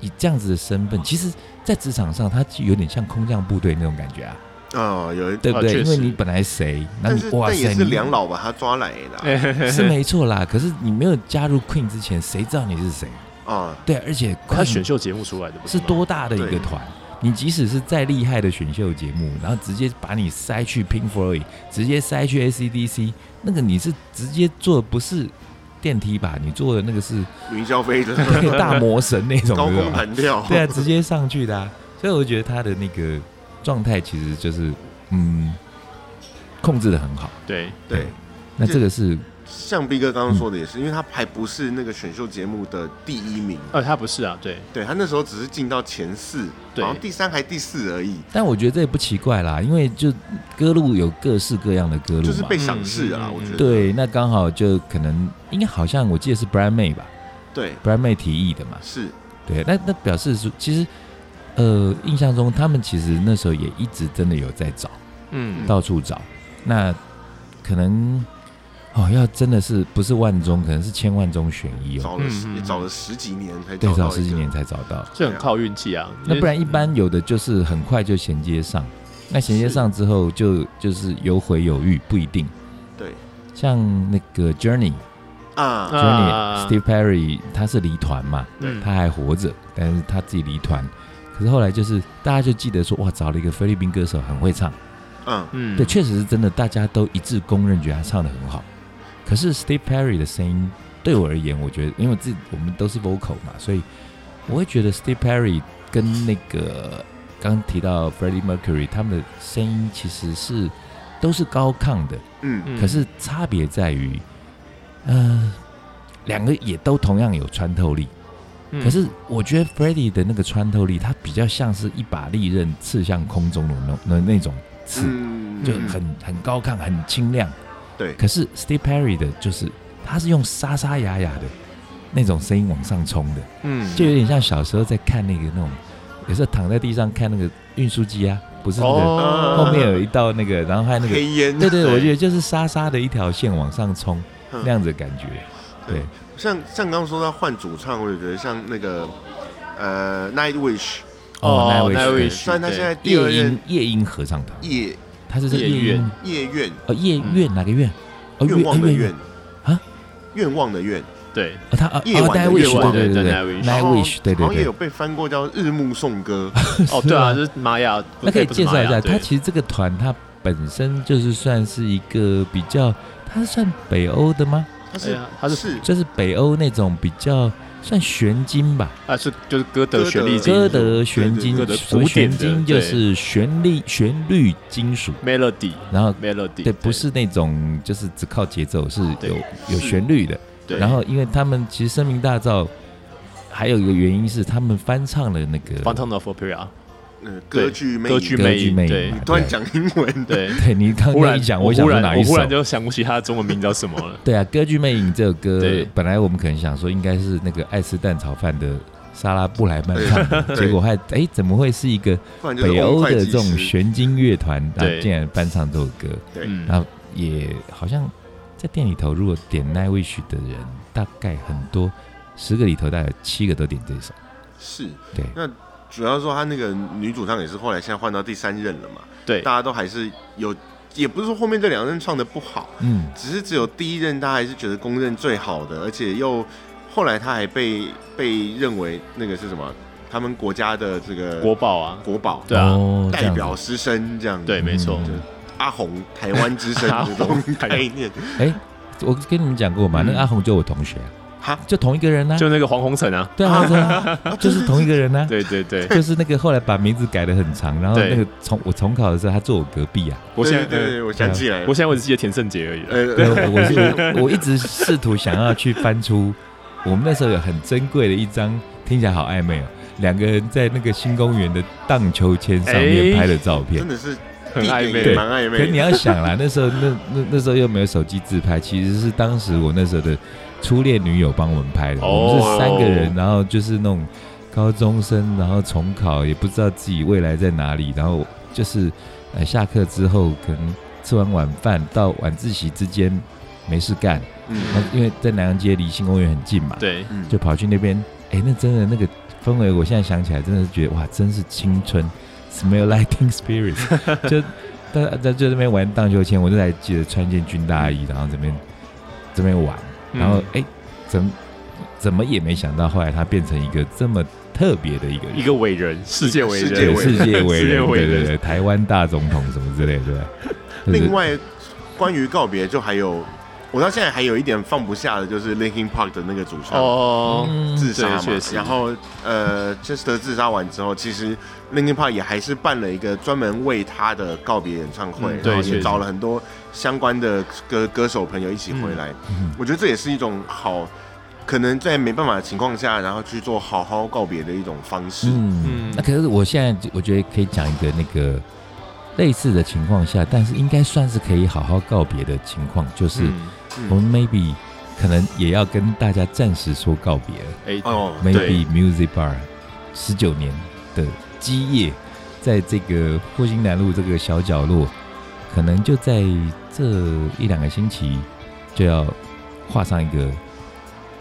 [SPEAKER 3] 以这样子的身
[SPEAKER 1] 哦
[SPEAKER 3] 份，其实，在职场上他就有点像空降部队那种感觉啊，
[SPEAKER 1] 啊，有人，
[SPEAKER 3] 对不
[SPEAKER 4] 啊
[SPEAKER 3] 对？
[SPEAKER 4] 确
[SPEAKER 3] 因为
[SPEAKER 4] 实
[SPEAKER 3] 你本来谁，那
[SPEAKER 1] 但
[SPEAKER 3] 你
[SPEAKER 1] 是
[SPEAKER 3] 哇
[SPEAKER 1] 但
[SPEAKER 3] 塞，
[SPEAKER 1] 也是
[SPEAKER 3] 你
[SPEAKER 1] 梁老把他抓来的
[SPEAKER 4] 哎
[SPEAKER 1] 啊
[SPEAKER 3] 嗯是没错啦。可是你没有加入 Queen 之前，谁知道你是谁？
[SPEAKER 1] 啊，
[SPEAKER 3] 对，而且
[SPEAKER 4] 他
[SPEAKER 3] Queen
[SPEAKER 4] 选秀节目出来的不
[SPEAKER 3] 是
[SPEAKER 4] 吗
[SPEAKER 3] 多大的一个
[SPEAKER 1] 对
[SPEAKER 3] 团？你即使是再厉害的选秀节目，然后直接把你塞去 Pink Floyd，直接塞去 AC/DC，那个你是直接坐不是电梯吧？你坐的那个是
[SPEAKER 1] 云霄飞 车，
[SPEAKER 3] 大魔神那种
[SPEAKER 1] 高
[SPEAKER 3] 对
[SPEAKER 1] 空
[SPEAKER 3] 吧？
[SPEAKER 1] 弹跳，
[SPEAKER 3] 对啊，直接上去的、啊。所以我觉得他的那个状态其实就是，嗯，控制的很好。
[SPEAKER 4] 对，
[SPEAKER 1] 对，
[SPEAKER 3] 那这个是
[SPEAKER 1] 像逼哥刚刚说的也是，因为他还不是那个选秀节目的第一名，
[SPEAKER 4] 呃，他不是啊，对，
[SPEAKER 1] 对他那时候只是进到前四，
[SPEAKER 4] 对
[SPEAKER 1] 好像第三还第四而已，
[SPEAKER 3] 但我觉得这也不奇怪啦，因为就歌路有各式各样的歌路
[SPEAKER 1] 就是
[SPEAKER 3] 嘛
[SPEAKER 1] 被。赏识啊，
[SPEAKER 4] 嗯嗯嗯
[SPEAKER 1] 我觉得
[SPEAKER 3] 对，那刚好就可能应该好像我记得是 Brian May 吧
[SPEAKER 1] 对
[SPEAKER 3] ，Brian May 提议的嘛。
[SPEAKER 1] 是
[SPEAKER 3] 对，那那表示是其实呃，印象中他们其实那时候也一直真的有在找，
[SPEAKER 4] 嗯，
[SPEAKER 3] 到处找。那可能哦，要真的是不是万中，可能是千万中选一哦。
[SPEAKER 1] 找了十
[SPEAKER 4] 嗯嗯嗯
[SPEAKER 1] 也找了十几年才
[SPEAKER 3] 对
[SPEAKER 1] 找，
[SPEAKER 3] 找
[SPEAKER 1] 到
[SPEAKER 3] 十
[SPEAKER 1] 一
[SPEAKER 3] 几
[SPEAKER 1] 个
[SPEAKER 3] 年才找到。
[SPEAKER 4] 这很靠运气啊。
[SPEAKER 3] 那不然一般
[SPEAKER 4] 嗯
[SPEAKER 3] 有的就是很快就衔接上，那衔接上之后就就是有悔有遇，不一定。
[SPEAKER 1] 对
[SPEAKER 3] 像那个 Journey，Journey、
[SPEAKER 1] 啊
[SPEAKER 4] 啊
[SPEAKER 3] Steve Perry，他是离团嘛，
[SPEAKER 4] 嗯
[SPEAKER 3] 他还活着，但是他自己离团。可是后来就是大家就记得说，哇，找了一个菲律宾歌手很会唱，
[SPEAKER 1] 嗯
[SPEAKER 4] 嗯
[SPEAKER 3] 对，确实是真的，大家都一致公认觉得他唱的很好。可是 Steve Perry 的声音对我而言，我觉得因为我自己我们都是 vocal 嘛，所以我会觉得 Steve Perry 跟那个刚提到 Freddie Mercury 他们的声音其实是都是高亢的，
[SPEAKER 1] 嗯
[SPEAKER 4] 嗯
[SPEAKER 3] 可是差别在于，呃，两个也都同样有穿透力，
[SPEAKER 1] 嗯
[SPEAKER 4] 嗯
[SPEAKER 3] 可是我觉得 Freddie 的那个穿透力，它比较像是一把利刃刺向空中的那那那种刺。
[SPEAKER 1] 嗯
[SPEAKER 3] 就很很高亢、很清亮。
[SPEAKER 1] 对
[SPEAKER 3] 可是 Steve Perry 的就是他是用沙沙哑哑的那种声音往上冲的，
[SPEAKER 4] 嗯
[SPEAKER 3] 就有点像小时候在看那个那种，有时候躺在地上看那个运输机啊，不是那个、
[SPEAKER 1] 哦
[SPEAKER 3] 后面有一道那个，然后还有那个，
[SPEAKER 1] 黑烟，
[SPEAKER 3] 对对，
[SPEAKER 4] 对
[SPEAKER 3] 我觉得就是沙沙的一条线往上冲
[SPEAKER 1] 嗯
[SPEAKER 3] 那样子的感觉。对，
[SPEAKER 1] 像像刚刚说到换主唱，我也觉得像那个呃 Night Wish，
[SPEAKER 4] 哦
[SPEAKER 3] 那
[SPEAKER 4] 那
[SPEAKER 3] 位
[SPEAKER 4] 位
[SPEAKER 3] 是
[SPEAKER 1] 虽然他现在第二
[SPEAKER 3] 夜
[SPEAKER 1] 任
[SPEAKER 3] 莺夜莺合唱团，
[SPEAKER 1] 夜
[SPEAKER 3] 他是这个
[SPEAKER 4] 夜
[SPEAKER 3] 夜莺
[SPEAKER 4] 愿
[SPEAKER 1] 夜愿
[SPEAKER 3] 哦夜愿哪个愿？哦
[SPEAKER 1] 愿望的
[SPEAKER 3] 愿
[SPEAKER 1] 愿
[SPEAKER 3] 啊，
[SPEAKER 1] 愿望的愿，
[SPEAKER 4] 对，
[SPEAKER 3] 哦，他哦
[SPEAKER 1] 夜晚
[SPEAKER 3] 哦
[SPEAKER 1] 的
[SPEAKER 3] Night
[SPEAKER 1] 夜
[SPEAKER 3] wish，
[SPEAKER 4] 晚
[SPEAKER 3] 对对
[SPEAKER 4] 的
[SPEAKER 3] 对
[SPEAKER 4] Night
[SPEAKER 3] 对
[SPEAKER 4] wish
[SPEAKER 3] Night
[SPEAKER 1] 好像
[SPEAKER 3] wish，对
[SPEAKER 1] 好
[SPEAKER 3] 对
[SPEAKER 1] 像也有
[SPEAKER 3] 对。
[SPEAKER 1] 被翻过叫日暮颂 歌，
[SPEAKER 4] 哦对啊，就是玛雅，
[SPEAKER 3] 那可以介绍一下，他
[SPEAKER 4] 他
[SPEAKER 3] 其实这个团它本身就是算是一个比较，它是算北欧的吗？
[SPEAKER 1] 他
[SPEAKER 4] 哎
[SPEAKER 1] 是
[SPEAKER 4] 呀他是
[SPEAKER 1] 是
[SPEAKER 3] 就是北欧那种比较算玄经吧，
[SPEAKER 4] 啊是就是歌德旋律
[SPEAKER 1] 金属
[SPEAKER 4] 经
[SPEAKER 3] 歌德玄经
[SPEAKER 4] 对对歌，德
[SPEAKER 3] 所谓
[SPEAKER 4] 古典
[SPEAKER 3] 玄
[SPEAKER 4] 的
[SPEAKER 3] 经就是旋律旋律金属，
[SPEAKER 4] melody
[SPEAKER 3] 然后
[SPEAKER 4] melody，
[SPEAKER 3] 对，不是那种就是只靠节奏，是
[SPEAKER 4] 对
[SPEAKER 3] 有有
[SPEAKER 1] 是
[SPEAKER 3] 旋律的。
[SPEAKER 4] 对，
[SPEAKER 3] 然后因为他们其实声名大噪，还有一个原因是他们翻唱了那个
[SPEAKER 4] Phantom of Opera，
[SPEAKER 1] 呃歌剧魅
[SPEAKER 4] 歌
[SPEAKER 1] 影
[SPEAKER 4] 剧
[SPEAKER 3] 歌
[SPEAKER 4] 魅
[SPEAKER 3] 剧
[SPEAKER 4] 影
[SPEAKER 3] 魅
[SPEAKER 4] 对
[SPEAKER 3] 影嘛，
[SPEAKER 1] 突然
[SPEAKER 3] 对
[SPEAKER 1] 讲英文，
[SPEAKER 4] 对，
[SPEAKER 3] 对你 刚
[SPEAKER 4] 忽
[SPEAKER 3] 刚
[SPEAKER 4] 然
[SPEAKER 3] 一讲，
[SPEAKER 4] 我
[SPEAKER 3] 我想
[SPEAKER 4] 忽然
[SPEAKER 3] 说哪一
[SPEAKER 4] 我
[SPEAKER 3] 首？。
[SPEAKER 4] 忽然就想不起他的中文名叫什么了
[SPEAKER 3] 对啊，《歌剧魅影》这首歌
[SPEAKER 4] 对，
[SPEAKER 3] 本来我们可能想说应该是那个爱吃蛋炒饭的莎拉布莱曼唱的，
[SPEAKER 1] 对
[SPEAKER 3] 结果还哎怎么会是一个
[SPEAKER 1] 突然就是
[SPEAKER 3] 北欧
[SPEAKER 1] 翁会
[SPEAKER 3] 的
[SPEAKER 1] 计
[SPEAKER 3] 这种
[SPEAKER 1] 师
[SPEAKER 3] 玄金乐团，啊
[SPEAKER 4] 对
[SPEAKER 3] 竟然翻唱这首歌，
[SPEAKER 1] 对
[SPEAKER 4] 嗯
[SPEAKER 3] 然后也好像在店里头，如果点 Night Wish 的人，大概很多十个里头大概有七个都点这首，
[SPEAKER 1] 是
[SPEAKER 3] 对，
[SPEAKER 1] 主要说他那个女主唱也是后来现在换到第三任了嘛，
[SPEAKER 4] 对
[SPEAKER 1] 大，家都还是有，也不是说后面这两任唱的不好，
[SPEAKER 3] 嗯，
[SPEAKER 1] 只是只有第一任他还是觉得公认最好的，而且又后来他还被被认为那个是什么？他们国家的这个
[SPEAKER 4] 国宝啊，
[SPEAKER 1] 国宝
[SPEAKER 4] 对啊
[SPEAKER 3] 哦
[SPEAKER 1] 代，
[SPEAKER 3] 这样
[SPEAKER 1] 表
[SPEAKER 3] 子
[SPEAKER 1] 之声这样，
[SPEAKER 4] 对，没错，
[SPEAKER 3] 嗯
[SPEAKER 1] 阿红台湾之声
[SPEAKER 4] 阿
[SPEAKER 1] 这
[SPEAKER 4] 红
[SPEAKER 1] 种
[SPEAKER 4] 台湾
[SPEAKER 1] 概念，
[SPEAKER 3] 我跟你们讲过嘛，
[SPEAKER 4] 嗯
[SPEAKER 3] 那个阿红就我同学啊，
[SPEAKER 1] 哈，
[SPEAKER 3] 就同一个人 呢，
[SPEAKER 4] 就那个黄宏成 啊，
[SPEAKER 3] 对啊，对啊就是同一个人呢，
[SPEAKER 4] 对对对，
[SPEAKER 3] 就是那个后来把名字改得很长，然后
[SPEAKER 4] 对
[SPEAKER 3] 那个重我重考的时候，他坐我隔壁啊。
[SPEAKER 4] 我现在
[SPEAKER 1] 对对对，
[SPEAKER 4] 呃
[SPEAKER 1] 我想起来了，
[SPEAKER 4] 我现在我只记得田胜杰而已了。
[SPEAKER 1] 呃
[SPEAKER 3] 对，我我是我一直试图想要去翻出我们那时候有很珍贵的一张，听起来好暧昧哦，两个人在那个新公园的荡秋千上面
[SPEAKER 4] 哎
[SPEAKER 3] 拍的照片
[SPEAKER 1] 真。的是
[SPEAKER 4] 很
[SPEAKER 1] 地点
[SPEAKER 4] 暧昧
[SPEAKER 1] 也蛮暧
[SPEAKER 3] 可是
[SPEAKER 1] 昧
[SPEAKER 3] 你
[SPEAKER 1] 的，
[SPEAKER 3] 要想啦，那时候那那那时候又没有手机自拍，其实是当时我那时候的初恋女友帮我们拍的。
[SPEAKER 4] 哦
[SPEAKER 3] 我们是三个人，然后就是那种高中生，然后重考也不知道自己未来在哪里，然后就是呃下课之后可能吃完晚饭到晚自习之间没事干，那
[SPEAKER 1] 嗯
[SPEAKER 3] 因为在南洋街离新公园很近嘛，
[SPEAKER 4] 对，
[SPEAKER 1] 嗯，
[SPEAKER 3] 就跑去那边。哎，那真的那个氛围，我现在想起来，真的是觉得哇，真是青春，smell like teen spirit。就 大家在就那边玩荡秋千，我就还记得穿一件军大衣，然后这边这边玩，
[SPEAKER 4] 嗯
[SPEAKER 3] 然后哎、怎么怎么也没想到，后来他变成一个这么特别的一个人
[SPEAKER 4] 一个伟人，世界伟
[SPEAKER 1] 世界
[SPEAKER 3] 对
[SPEAKER 4] 人，
[SPEAKER 1] 伟人
[SPEAKER 3] 世界伟
[SPEAKER 4] 世界
[SPEAKER 3] 人，
[SPEAKER 4] 伟
[SPEAKER 3] 对
[SPEAKER 4] 人
[SPEAKER 3] 对对，
[SPEAKER 1] 嗯
[SPEAKER 3] 台湾大总统什么之类的，对吧。就是
[SPEAKER 1] 另外，关于告别，就还有我到现在还有一点放不下的，就是 Linkin Park 的那个主唱
[SPEAKER 4] 哦，
[SPEAKER 1] 自杀
[SPEAKER 4] 对
[SPEAKER 1] 嘛
[SPEAKER 4] 确。实
[SPEAKER 1] 然后呃，Chester 自杀完之后，其实 Linkin Park 也还是办了一个专门为他的告别演唱会，
[SPEAKER 4] 嗯对
[SPEAKER 1] 然后
[SPEAKER 4] 确
[SPEAKER 1] 也
[SPEAKER 4] 实
[SPEAKER 1] 找了很多相关的歌歌手朋友一起回
[SPEAKER 4] 嗯
[SPEAKER 1] 来。
[SPEAKER 3] 嗯
[SPEAKER 1] 我觉得这也是一种好，可能在没办法的情况下，然后去做好好告别的一种方式。
[SPEAKER 3] 嗯
[SPEAKER 4] 嗯，
[SPEAKER 3] 那可是我现在就我觉得可以讲一个那个类似的情况下，但是应该算是可以好好告别的情况，就是
[SPEAKER 4] 嗯
[SPEAKER 3] 我们 maybe 可能也要跟大家暂时说告别了
[SPEAKER 4] 哎
[SPEAKER 1] 哦，
[SPEAKER 3] ，maybe Music Bar 十九年的基业，在这个复兴南路这个小角落，可能就在这一两个星期就要画上一个，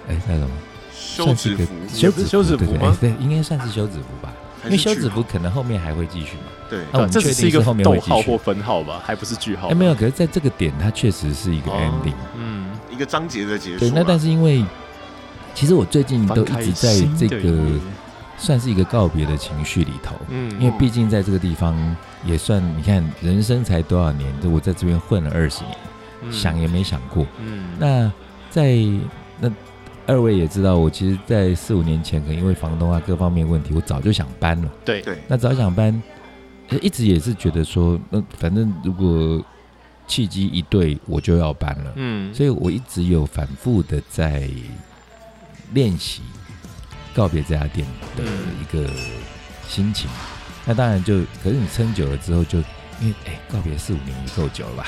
[SPEAKER 3] 哎，那种
[SPEAKER 1] 休
[SPEAKER 3] 算是
[SPEAKER 1] 止
[SPEAKER 3] 一个
[SPEAKER 1] 符
[SPEAKER 4] 也不是休止
[SPEAKER 3] 对
[SPEAKER 4] 符
[SPEAKER 3] 对
[SPEAKER 4] 吗
[SPEAKER 3] 对，应该算是休止符吧。
[SPEAKER 1] 还
[SPEAKER 3] 因为
[SPEAKER 1] 是
[SPEAKER 3] 休
[SPEAKER 1] 句
[SPEAKER 3] 止
[SPEAKER 1] 号
[SPEAKER 3] 符可能后面还会继续嘛。
[SPEAKER 1] 对
[SPEAKER 3] 那我们
[SPEAKER 4] 这
[SPEAKER 3] 哦确
[SPEAKER 4] 只是
[SPEAKER 3] 定
[SPEAKER 4] 一个
[SPEAKER 3] 是后面
[SPEAKER 4] 逗
[SPEAKER 3] 会继
[SPEAKER 4] 号或
[SPEAKER 3] 续。
[SPEAKER 4] 分号吧，还不是句号。
[SPEAKER 3] 哎，没有，可是在这个点，它确实是一个
[SPEAKER 4] 哦
[SPEAKER 3] ending。
[SPEAKER 4] 嗯，
[SPEAKER 1] 一个章节的结束啦。
[SPEAKER 3] 对，那但是因为其实我最近都一直在这
[SPEAKER 4] 翻开新的一
[SPEAKER 3] 个
[SPEAKER 4] 页
[SPEAKER 3] 算是一个告别的情绪里头，
[SPEAKER 4] 嗯，
[SPEAKER 3] 因为毕竟在这个地方也算，你看人生才多少年，我在这边混了二十年，
[SPEAKER 4] 嗯
[SPEAKER 3] 想也没想过。
[SPEAKER 4] 嗯
[SPEAKER 3] 那在那二位也知道，我其实，在四五年前，可能因为房东啊各方面问题，我早就想搬了。
[SPEAKER 4] 对
[SPEAKER 1] 对
[SPEAKER 3] 那早想搬，呃一直也是觉得说，那反正如果契机一对，我就要搬了。
[SPEAKER 4] 嗯，
[SPEAKER 3] 所以我一直有反复的在练习告别这家店的一个心情。那当然就，可是你撑久了之后就，因为哎、告别四五年也够久了吧。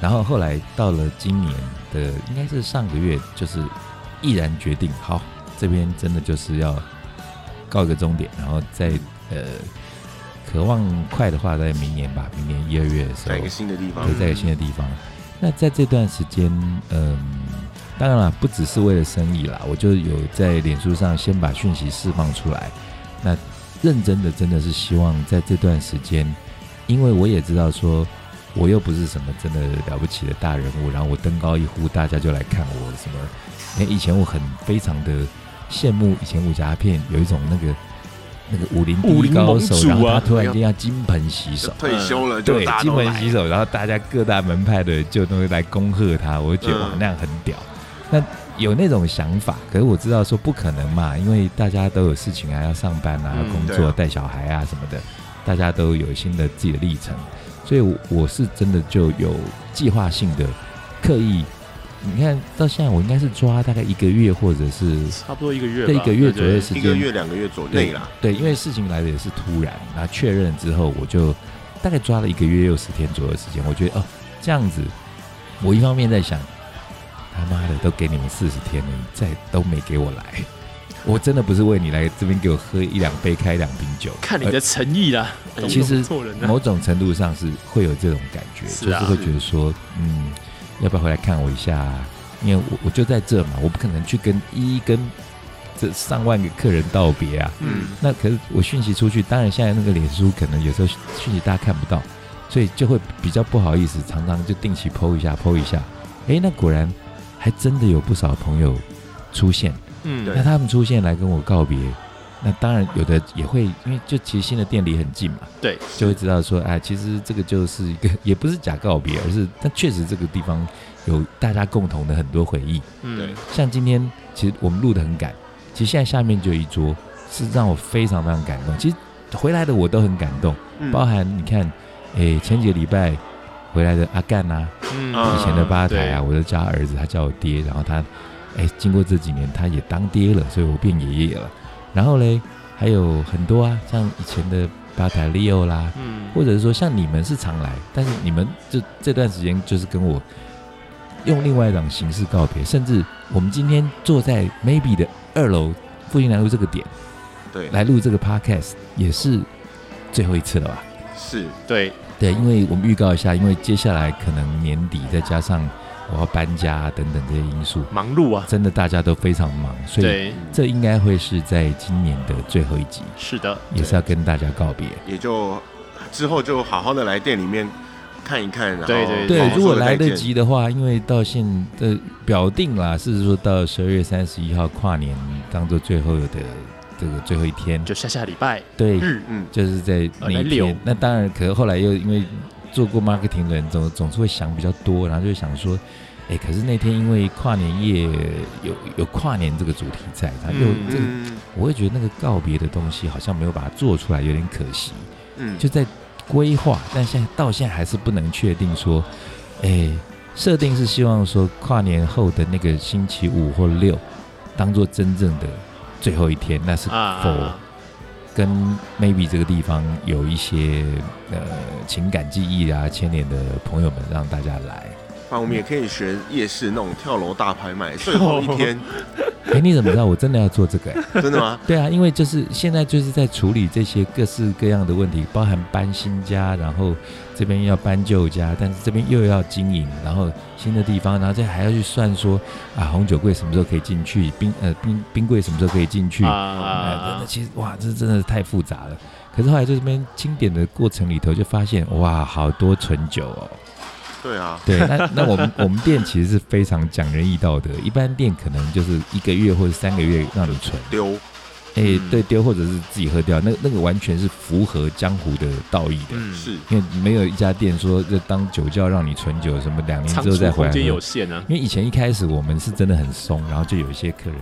[SPEAKER 3] 然后后来到了今年的，应该是上个月，就是毅然决定，好，这边真的就是要告一个终点，然后再呃，渴望快的话，在明年吧，明年一二月的时候
[SPEAKER 1] 在一，个新的地方
[SPEAKER 3] 可以，在一个新的地方。那在这段时间，嗯，当然了，不只是为了生意啦，我就有在脸书上先把讯息释放出来。那认真的，真的是希望在这段时间，因为我也知道说，我又不是什么真的了不起的大人物，然后我登高一呼，大家就来看我什么。因为以前我很非常的羡慕以前武侠片有一种那个那个武林第
[SPEAKER 4] 武
[SPEAKER 3] 一
[SPEAKER 4] 林
[SPEAKER 3] 高
[SPEAKER 4] 盟
[SPEAKER 3] 手，
[SPEAKER 4] 主
[SPEAKER 3] 然后
[SPEAKER 4] 啊
[SPEAKER 3] 他突然间要金盆洗手
[SPEAKER 1] 就。退休了，就
[SPEAKER 3] 对，
[SPEAKER 1] 大家
[SPEAKER 3] 金
[SPEAKER 1] 都
[SPEAKER 3] 盆
[SPEAKER 1] 来
[SPEAKER 3] 洗手，然后大家各大门派的就都来恭贺他，我就觉得、哇
[SPEAKER 1] 嗯
[SPEAKER 3] 那样很屌。那有那种想法，可是我知道说不可能嘛，因为大家都有事情啊，要上班啊，
[SPEAKER 4] 嗯
[SPEAKER 3] 要工
[SPEAKER 1] 对
[SPEAKER 3] 作、
[SPEAKER 1] 啊
[SPEAKER 3] 带小孩啊什么的，大家都有新的自己的历程，所以我我是真的就有计划性的刻意。你看到现在，我应该是抓大概一个月，或者是
[SPEAKER 4] 差不多一个月吧，
[SPEAKER 3] 这一个月左右的
[SPEAKER 4] 对
[SPEAKER 3] 时
[SPEAKER 1] 一
[SPEAKER 3] 间，
[SPEAKER 1] 个月两个月左内啦。
[SPEAKER 3] 对，因为事情来的也是突然，然后确认之后，我就大概抓了一个月又十天左右的时间。我觉得哦，这样子，我一方面在想，他妈的都给你们四十天了，你再都没给我来，我真的不是为你来这边给我喝一两杯、开两瓶 酒，
[SPEAKER 4] 看你
[SPEAKER 3] 而
[SPEAKER 4] 的诚意啦。
[SPEAKER 1] 呃
[SPEAKER 4] 懂不
[SPEAKER 3] 哎其实
[SPEAKER 4] 懂做人啊呢，
[SPEAKER 3] 某种程度上是会有这种感觉，
[SPEAKER 4] 是啊
[SPEAKER 3] 就是会觉得说，嗯，要不要回来看我一下、啊？因为我我就在这嘛，我不可能去跟一一跟这上万个客人道别啊。
[SPEAKER 4] 嗯
[SPEAKER 3] 那可是我讯息出去，当然现在那个脸书可能有时候讯息大家看不到，所以就会比较不好意思，常常就定期 PO 一下 PO 一下。诶，那果然还真的有不少朋友出现，
[SPEAKER 4] 嗯，
[SPEAKER 1] 对
[SPEAKER 3] 那他们出现来跟我告别，那当然有的也会，因为就其实新的店离很近嘛，
[SPEAKER 4] 对，
[SPEAKER 3] 就会知道说，哎，其实这个就是一个也不是假告别，而是但确实这个地方有大家共同的很多回忆。
[SPEAKER 4] 嗯，
[SPEAKER 3] 像今天其实我们录的很赶，其实现在下面就有一桌是让我非常非常感动。其实回来的我都很感动，
[SPEAKER 1] 嗯
[SPEAKER 3] 包含你看，诶、前几个礼拜回来的阿干啊，
[SPEAKER 4] 嗯
[SPEAKER 1] 嗯
[SPEAKER 3] 以前的吧台啊，
[SPEAKER 4] 对
[SPEAKER 3] 我都叫他儿子，他叫我爹，然后他，哎、经过这几年他也当爹了，所以我变爷爷了。然后嘞，还有很多啊，像以前的吧台 Leo 啦，
[SPEAKER 4] 嗯，
[SPEAKER 3] 或者是说像你们是常来，但是你们就这段时间就是跟我用另外一种形式告别，甚至我们今天坐在 Maybe 的二楼复兴南路这个点
[SPEAKER 1] 对，
[SPEAKER 3] 来录这个 Podcast，也是最后一次了吧？
[SPEAKER 1] 是
[SPEAKER 4] 对，
[SPEAKER 3] 对，因为我们预告一下，因为接下来可能年底再加上我要搬家啊等等这些因素，
[SPEAKER 4] 忙碌啊，
[SPEAKER 3] 真的大家都非常忙，所以
[SPEAKER 4] 对，
[SPEAKER 1] 嗯
[SPEAKER 3] 这应该会是在今年的最后一集，
[SPEAKER 4] 是的，
[SPEAKER 3] 也是要跟大家告别。
[SPEAKER 1] 也就之后就好好的来店里面看一看，然后
[SPEAKER 4] 对对
[SPEAKER 1] 好
[SPEAKER 3] 对
[SPEAKER 1] 好，
[SPEAKER 3] 如果
[SPEAKER 1] 说个再
[SPEAKER 3] 来得
[SPEAKER 1] 见，
[SPEAKER 3] 及的话，因为到现呃表定啦，是说到十二月三十一号跨年当做最后的这个最后一天，
[SPEAKER 4] 就下下礼拜
[SPEAKER 3] 对，
[SPEAKER 4] 日，
[SPEAKER 1] 嗯，
[SPEAKER 3] 就是在那
[SPEAKER 4] 呃
[SPEAKER 3] 一
[SPEAKER 4] 那六
[SPEAKER 3] 天。那当然，可是后来又因为做过 marketing 的人总总是会想比较多，然后就会想说，哎、可是那天因为跨年夜有有跨年这个主题在，他又、
[SPEAKER 4] 嗯
[SPEAKER 3] 这个，
[SPEAKER 1] 嗯
[SPEAKER 3] 我会觉得那个告别的东西好像没有把它做出来，有点可惜。
[SPEAKER 1] 嗯，
[SPEAKER 3] 就在规划，但现在到现在还是不能确定说，哎，设定是希望说跨年后的那个星期五或六，当做真正的最后一天，那是
[SPEAKER 4] 啊
[SPEAKER 3] 否
[SPEAKER 4] 啊，
[SPEAKER 3] 跟 maybe 这个地方有一些呃情感记忆啊牵连的朋友们让大家来。
[SPEAKER 1] 啊，我们也可以学夜市那种跳楼大拍卖，最后一 天，
[SPEAKER 3] 哎，你怎么知道我真的要做这个、诶
[SPEAKER 1] 真的吗？
[SPEAKER 3] 对啊，因为就是现在就是在处理这些各式各样的问题，包含搬新家，然后这边要搬旧家，但是这边又要经营，然后新的地方，然后再还要去算说啊，红酒柜什么时候可以进去，冰呃冰冰柜什么时候可以进去，
[SPEAKER 4] 啊
[SPEAKER 3] 哎真
[SPEAKER 4] 啊
[SPEAKER 3] 的，其实哇，这真的是太复杂了。可是后来在这边清点的过程里头，就发现哇，好多纯酒哦。
[SPEAKER 1] 对啊，
[SPEAKER 3] 对，那那我们我们店其实是非常讲仁义道德，一般店可能就是一个月或者三个月让你存，
[SPEAKER 1] 丢，
[SPEAKER 3] 哎、
[SPEAKER 4] 嗯
[SPEAKER 3] 对丢或者是自己喝掉，那那个完全是符合江湖的道义的，
[SPEAKER 4] 嗯，
[SPEAKER 1] 是，
[SPEAKER 3] 因为没有一家店说就当酒窖让你存酒，什么两年
[SPEAKER 4] 仓
[SPEAKER 3] 之后再
[SPEAKER 4] 储
[SPEAKER 3] 回
[SPEAKER 4] 空
[SPEAKER 3] 来喝。
[SPEAKER 4] 间有
[SPEAKER 3] 因
[SPEAKER 4] 限啊，
[SPEAKER 3] 为以前一开始我们是真的很松，然后就有一些客人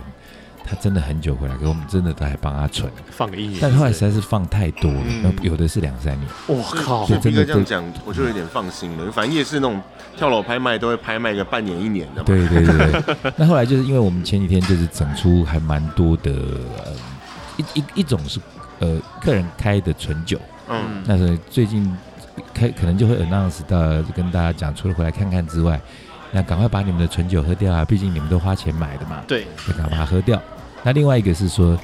[SPEAKER 3] 他真的很久回来，可我们真的都还帮他存，
[SPEAKER 4] 放个一年。
[SPEAKER 3] 但后来实在是放太多了，
[SPEAKER 1] 嗯
[SPEAKER 3] 然后有的是两三年。
[SPEAKER 4] 我靠
[SPEAKER 1] 所以，
[SPEAKER 3] 对真的
[SPEAKER 1] 这样讲，我就有点放心了。反正夜市那种跳楼拍卖都会拍卖个半年一年的嘛。
[SPEAKER 3] 对对对 对。那后来就是因为我们前几天就是整出还蛮多的，呃、一一一种是呃客人开的纯酒。
[SPEAKER 1] 嗯，
[SPEAKER 3] 那所以最近可可能就会 announce 到跟大家讲，除了回来看看之外，那赶快把你们的纯酒喝掉啊！毕竟你们都花钱买的嘛，
[SPEAKER 4] 对，
[SPEAKER 3] 就赶快把它喝掉。那另外一个是说，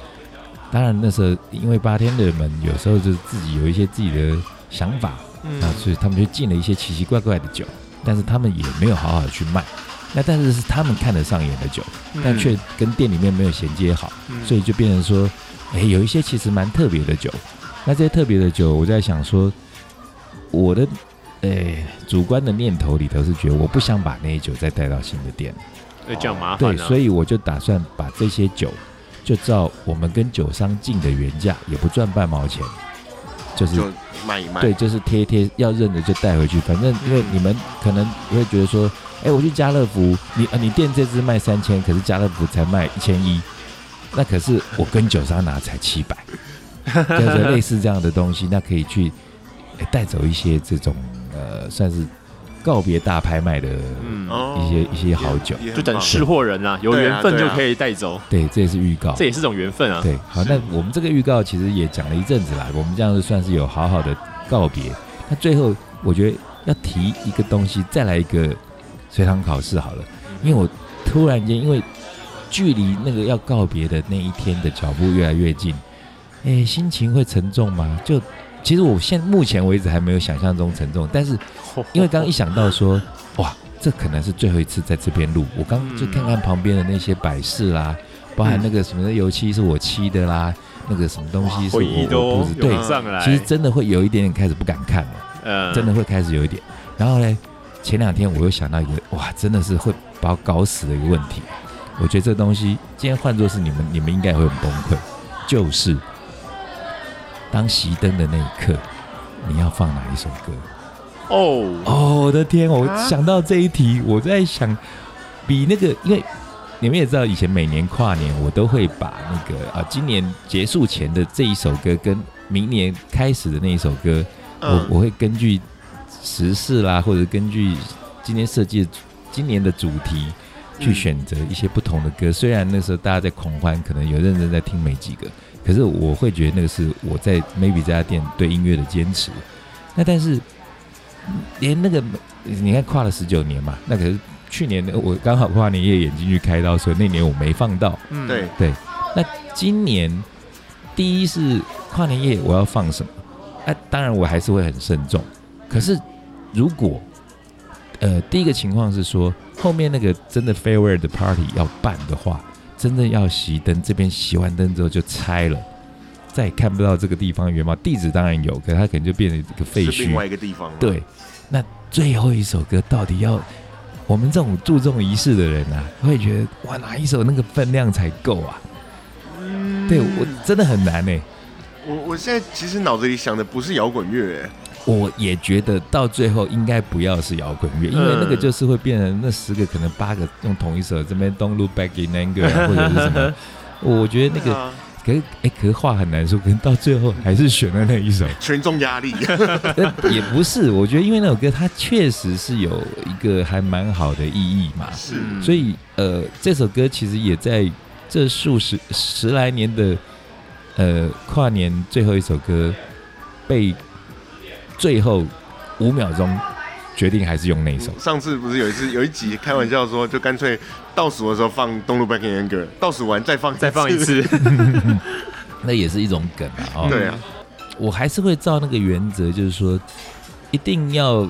[SPEAKER 3] 当然那时候因为八天的们有时候就是自己有一些自己的想法，
[SPEAKER 4] 嗯
[SPEAKER 3] 那所以他们就进了一些奇奇怪怪的酒，但是他们也没有好好地去卖。那但是是他们看得上眼的酒，
[SPEAKER 4] 嗯
[SPEAKER 3] 但却跟店里面没有衔接好。所以就变成说，哎、有一些其实蛮特别的酒。那这些特别的酒，我在想说，我的哎、主观的念头里头是觉得我不想把那些酒再带到新的店，
[SPEAKER 4] 哎这样麻烦
[SPEAKER 3] 对，
[SPEAKER 4] 啊。
[SPEAKER 3] 所以我就打算把这些酒就照我们跟酒商进的原价，也不赚半毛钱，就是
[SPEAKER 1] 就卖一卖。
[SPEAKER 3] 嗯对，，就是贴一贴，要认的就带回去。反正因为你们可能会觉得说，哎、我去家乐福，你啊，你店这支卖三千，可是家乐福才卖一千一，那可是我跟酒商拿才七百，就是类似这样的东西，那可以去哎带、走一些这种呃，算是告别大拍卖的
[SPEAKER 4] 嗯，
[SPEAKER 1] 哦
[SPEAKER 3] 一些、一些好酒。
[SPEAKER 1] 也很
[SPEAKER 4] 就等
[SPEAKER 1] 棒
[SPEAKER 4] 识货人啊，有
[SPEAKER 1] 对啊
[SPEAKER 4] 缘分
[SPEAKER 1] 对
[SPEAKER 4] 就
[SPEAKER 1] 啊
[SPEAKER 4] 可以带走，
[SPEAKER 3] 对，这也是预告
[SPEAKER 4] 这。也是种缘分啊。
[SPEAKER 3] 对，好，
[SPEAKER 1] 是
[SPEAKER 3] 那我们这个预告其实也讲了一阵子啦，我们这样子算是有好好的告别。那最后我觉得要提一个东西，再来一个随堂考试好了，因为我突然间因为距离那个要告别的那一天的脚步越来越近，哎，心情会沉重吗？就其实我现目前为止还没有想象中沉重，但是因为刚刚一想到说，哇，这可能是最后一次在这边录，我刚就看看旁边的那些摆饰啦，包含那个什么油漆是我漆的啦，那个什么东西是我
[SPEAKER 4] 回忆
[SPEAKER 3] 我
[SPEAKER 4] 都
[SPEAKER 3] 布置，对
[SPEAKER 4] 涌，上哦来，
[SPEAKER 3] 其实真的会有一点点开始不敢看了，
[SPEAKER 1] 嗯
[SPEAKER 4] 呃
[SPEAKER 3] 真的会开始有一点。然后呢，前两天我又想到一个，哇，真的是会把我搞死的一个问题。我觉得这东西今天换作是你们，你们应该也会很崩溃，就是当熄灯的那一刻，你要放哪一首歌？
[SPEAKER 4] 哦，
[SPEAKER 3] 哦，我的天！我
[SPEAKER 1] 啊
[SPEAKER 3] 想到这一题，我在想，比那个，因为你们也知道，以前每年跨年我都会把那个啊，今年结束前的这一首歌跟明年开始的那一首歌，
[SPEAKER 1] 嗯
[SPEAKER 3] 我我会根据时事啦，或者根据今天设计的今年的主题去选择一些不同的歌。虽然那时候大家在狂欢，可能有认真在听没几个，可是我会觉得那个是我在 maybe 这家店对音乐的坚持。那但是嗯连那个你看跨了十九年嘛，那可是去年我刚好跨年夜眼睛去开刀，所以那年我没放到。
[SPEAKER 4] 嗯
[SPEAKER 1] 对，
[SPEAKER 3] 今年第一是跨年夜我要放什么？哎、当然我还是会很慎重。可是如果呃第一个情况是说后面那个真的 farewell 的 party 要办的话，真的要熄灯，这边熄完灯之后就拆了。再也看不到这个地方原貌，地址当然有，可它可能就变成一个废
[SPEAKER 1] 是
[SPEAKER 3] 墟
[SPEAKER 1] 另。外一个地方了。
[SPEAKER 3] 对，那最后一首歌到底要我们这种注重仪式的人啊，会觉得哇，哪一首那个分量才够啊？
[SPEAKER 1] 嗯，
[SPEAKER 3] 对我真的很难呢、欸嗯
[SPEAKER 1] 我我现在其实脑子里想的不是摇滚乐，哎
[SPEAKER 3] 我也觉得到最后应该不要是摇滚乐，因
[SPEAKER 1] 嗯
[SPEAKER 3] 为那个就是会变成那十个可能八个用同一首这边 Don't Look Back in Anger 啊或者是什么，我觉得那个
[SPEAKER 1] 啊
[SPEAKER 3] 可是哎、可是话很难说，可能到最后还是选了那一首。
[SPEAKER 1] 群众压 力，
[SPEAKER 3] 呃也不是，我觉得因为那首歌它确实是有一个还蛮好的意义嘛，
[SPEAKER 1] 是
[SPEAKER 4] 嗯
[SPEAKER 3] 所以呃，这首歌其实也在这数十十来年的呃跨年最后一首歌被最后五秒钟决定还是用那一首。
[SPEAKER 1] 上次不是有一次有一集开玩笑说，就干脆倒数的时候放《Don't Look Back in Anger》，倒数完再放
[SPEAKER 4] 再放一，次，
[SPEAKER 3] 那也是一种梗啊。哦、
[SPEAKER 1] 对啊，
[SPEAKER 3] 我还是会照那个原则，就是说，一定要，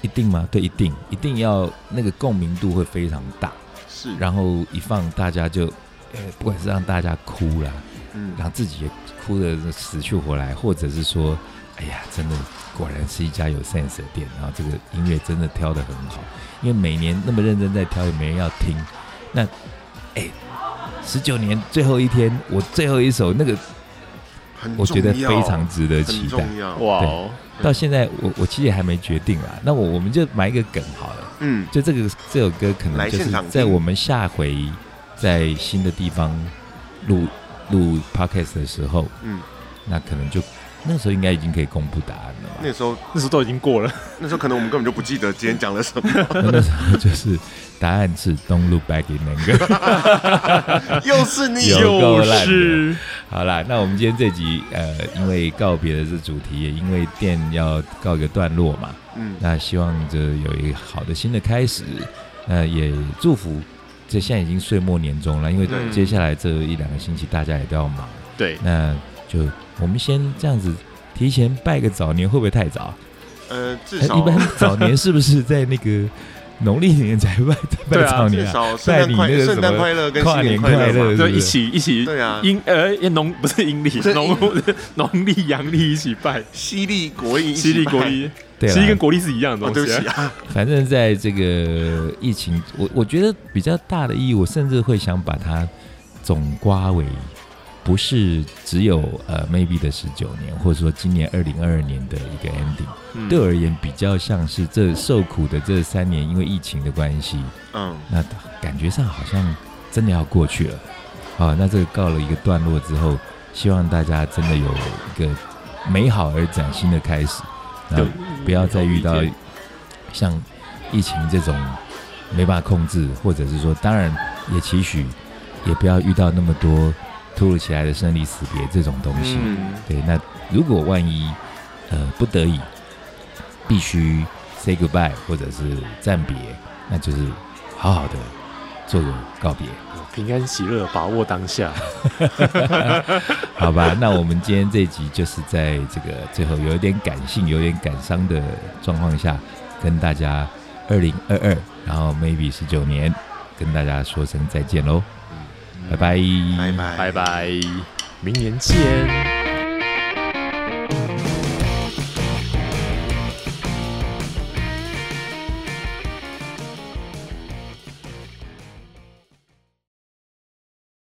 [SPEAKER 3] 一定吗？对，一定，一定要那个共鸣度会非常大，
[SPEAKER 1] 是，
[SPEAKER 3] 然后一放大家就，呃，不管是让大家哭啦，
[SPEAKER 1] 嗯，
[SPEAKER 3] 让自己也哭的死去活来，或者是说，哎呀，真的果然是一家有 sense 的店，然后这个音乐真的挑的很好，因为每年那么认真在挑，也没人要听。那，哎，十九年最后一天，我最后一首那个，
[SPEAKER 1] 很
[SPEAKER 3] 我觉得
[SPEAKER 1] 重
[SPEAKER 3] 非
[SPEAKER 1] 要
[SPEAKER 3] 常值得期
[SPEAKER 1] 很
[SPEAKER 3] 待。
[SPEAKER 1] 重要，
[SPEAKER 4] 哇哦，
[SPEAKER 3] 到现在我我其实也还没决定啦。那我我们就埋一个梗好了，
[SPEAKER 1] 嗯，
[SPEAKER 3] 就这个这首歌可
[SPEAKER 1] 来
[SPEAKER 3] 能就
[SPEAKER 1] 现
[SPEAKER 3] 是
[SPEAKER 1] 场听
[SPEAKER 3] 在我们下回在新的地方录录 podcast 的时候，
[SPEAKER 1] 嗯，
[SPEAKER 3] 那可能就那时候应该已经可以公布答案了吧？
[SPEAKER 1] 那时候
[SPEAKER 4] 那时候都已经过了，
[SPEAKER 1] 那时候可能我们根本就不记得今天讲了什 么，
[SPEAKER 3] 那那时候就是答案是 Don't Look Back in Anger。
[SPEAKER 1] 又是你，
[SPEAKER 3] 有够
[SPEAKER 4] 就
[SPEAKER 3] 烂的
[SPEAKER 4] 是
[SPEAKER 3] 好啦，那我们今天这集呃，因为告别的这主题，也因为店要告一个段落嘛，
[SPEAKER 1] 嗯，
[SPEAKER 3] 那希望着有一个好的新的开始，那也祝福。这现在已经岁末年终了，因为
[SPEAKER 1] 对
[SPEAKER 3] 接下来这一两个星期大家也都要忙，
[SPEAKER 4] 对，
[SPEAKER 3] 那就我们先这样子提前拜个早年，会不会太早？
[SPEAKER 1] 呃，至
[SPEAKER 3] 哎
[SPEAKER 1] 少
[SPEAKER 3] 一般早年是不是在那个农历年才拜才
[SPEAKER 4] 对
[SPEAKER 3] 拜
[SPEAKER 4] 啊
[SPEAKER 3] 早
[SPEAKER 1] 至
[SPEAKER 3] 年啊？
[SPEAKER 1] 少圣诞
[SPEAKER 3] 拜
[SPEAKER 1] 快
[SPEAKER 3] 你那个什么
[SPEAKER 1] 圣诞快乐跟
[SPEAKER 3] 跨
[SPEAKER 1] 新
[SPEAKER 3] 年
[SPEAKER 1] 快
[SPEAKER 3] 快
[SPEAKER 1] 嘛
[SPEAKER 3] 乐，
[SPEAKER 4] 就是
[SPEAKER 3] 不
[SPEAKER 4] 一
[SPEAKER 3] 是
[SPEAKER 4] 起一起
[SPEAKER 1] 对啊
[SPEAKER 4] 阴呃农不是阴历
[SPEAKER 1] 不是阴
[SPEAKER 4] 农 农历阳历一起拜，
[SPEAKER 1] 犀利国营，
[SPEAKER 4] 西历国历，
[SPEAKER 3] 对
[SPEAKER 4] 西历
[SPEAKER 3] 啦
[SPEAKER 4] 跟，国历是一样的
[SPEAKER 1] 哦，
[SPEAKER 4] 东
[SPEAKER 1] 对
[SPEAKER 4] 西
[SPEAKER 1] 不起
[SPEAKER 4] 啊，
[SPEAKER 1] 啊，
[SPEAKER 3] 反正在这个疫情，我我觉得比较大的意义，我甚至会想把它总刮为不是只有呃 maybe 的十九年，或者说今年二零二二年的一个 ending，、
[SPEAKER 4] 嗯
[SPEAKER 3] 对我而言比较像是这受苦的这三年，因为疫情的关系，
[SPEAKER 1] 嗯，
[SPEAKER 3] 那感觉上好像真的要过去了。好，那这个告了一个段落之后，希望大家真的有一个美好而崭新的开始，然
[SPEAKER 4] 对
[SPEAKER 3] 后不要再遇到
[SPEAKER 4] 理解
[SPEAKER 3] 像疫情这种没办法控制，或者是说，当然也期许也不要遇到那么多突如其来的生离死别这种东西。
[SPEAKER 1] 嗯
[SPEAKER 3] 对，那如果万一呃不得已必须 say goodbye 或者是暂别，那就是好好的做个告别，
[SPEAKER 4] 平安喜乐，把握当下，
[SPEAKER 3] 好吧？ 那我们今天这一集就是在这个最后有一点感性、有点感伤的状况下，跟大家二零二二，然后 maybe 十九年，跟大家说声再见喽，拜拜，
[SPEAKER 1] 拜拜，
[SPEAKER 4] 拜。拜，明年见。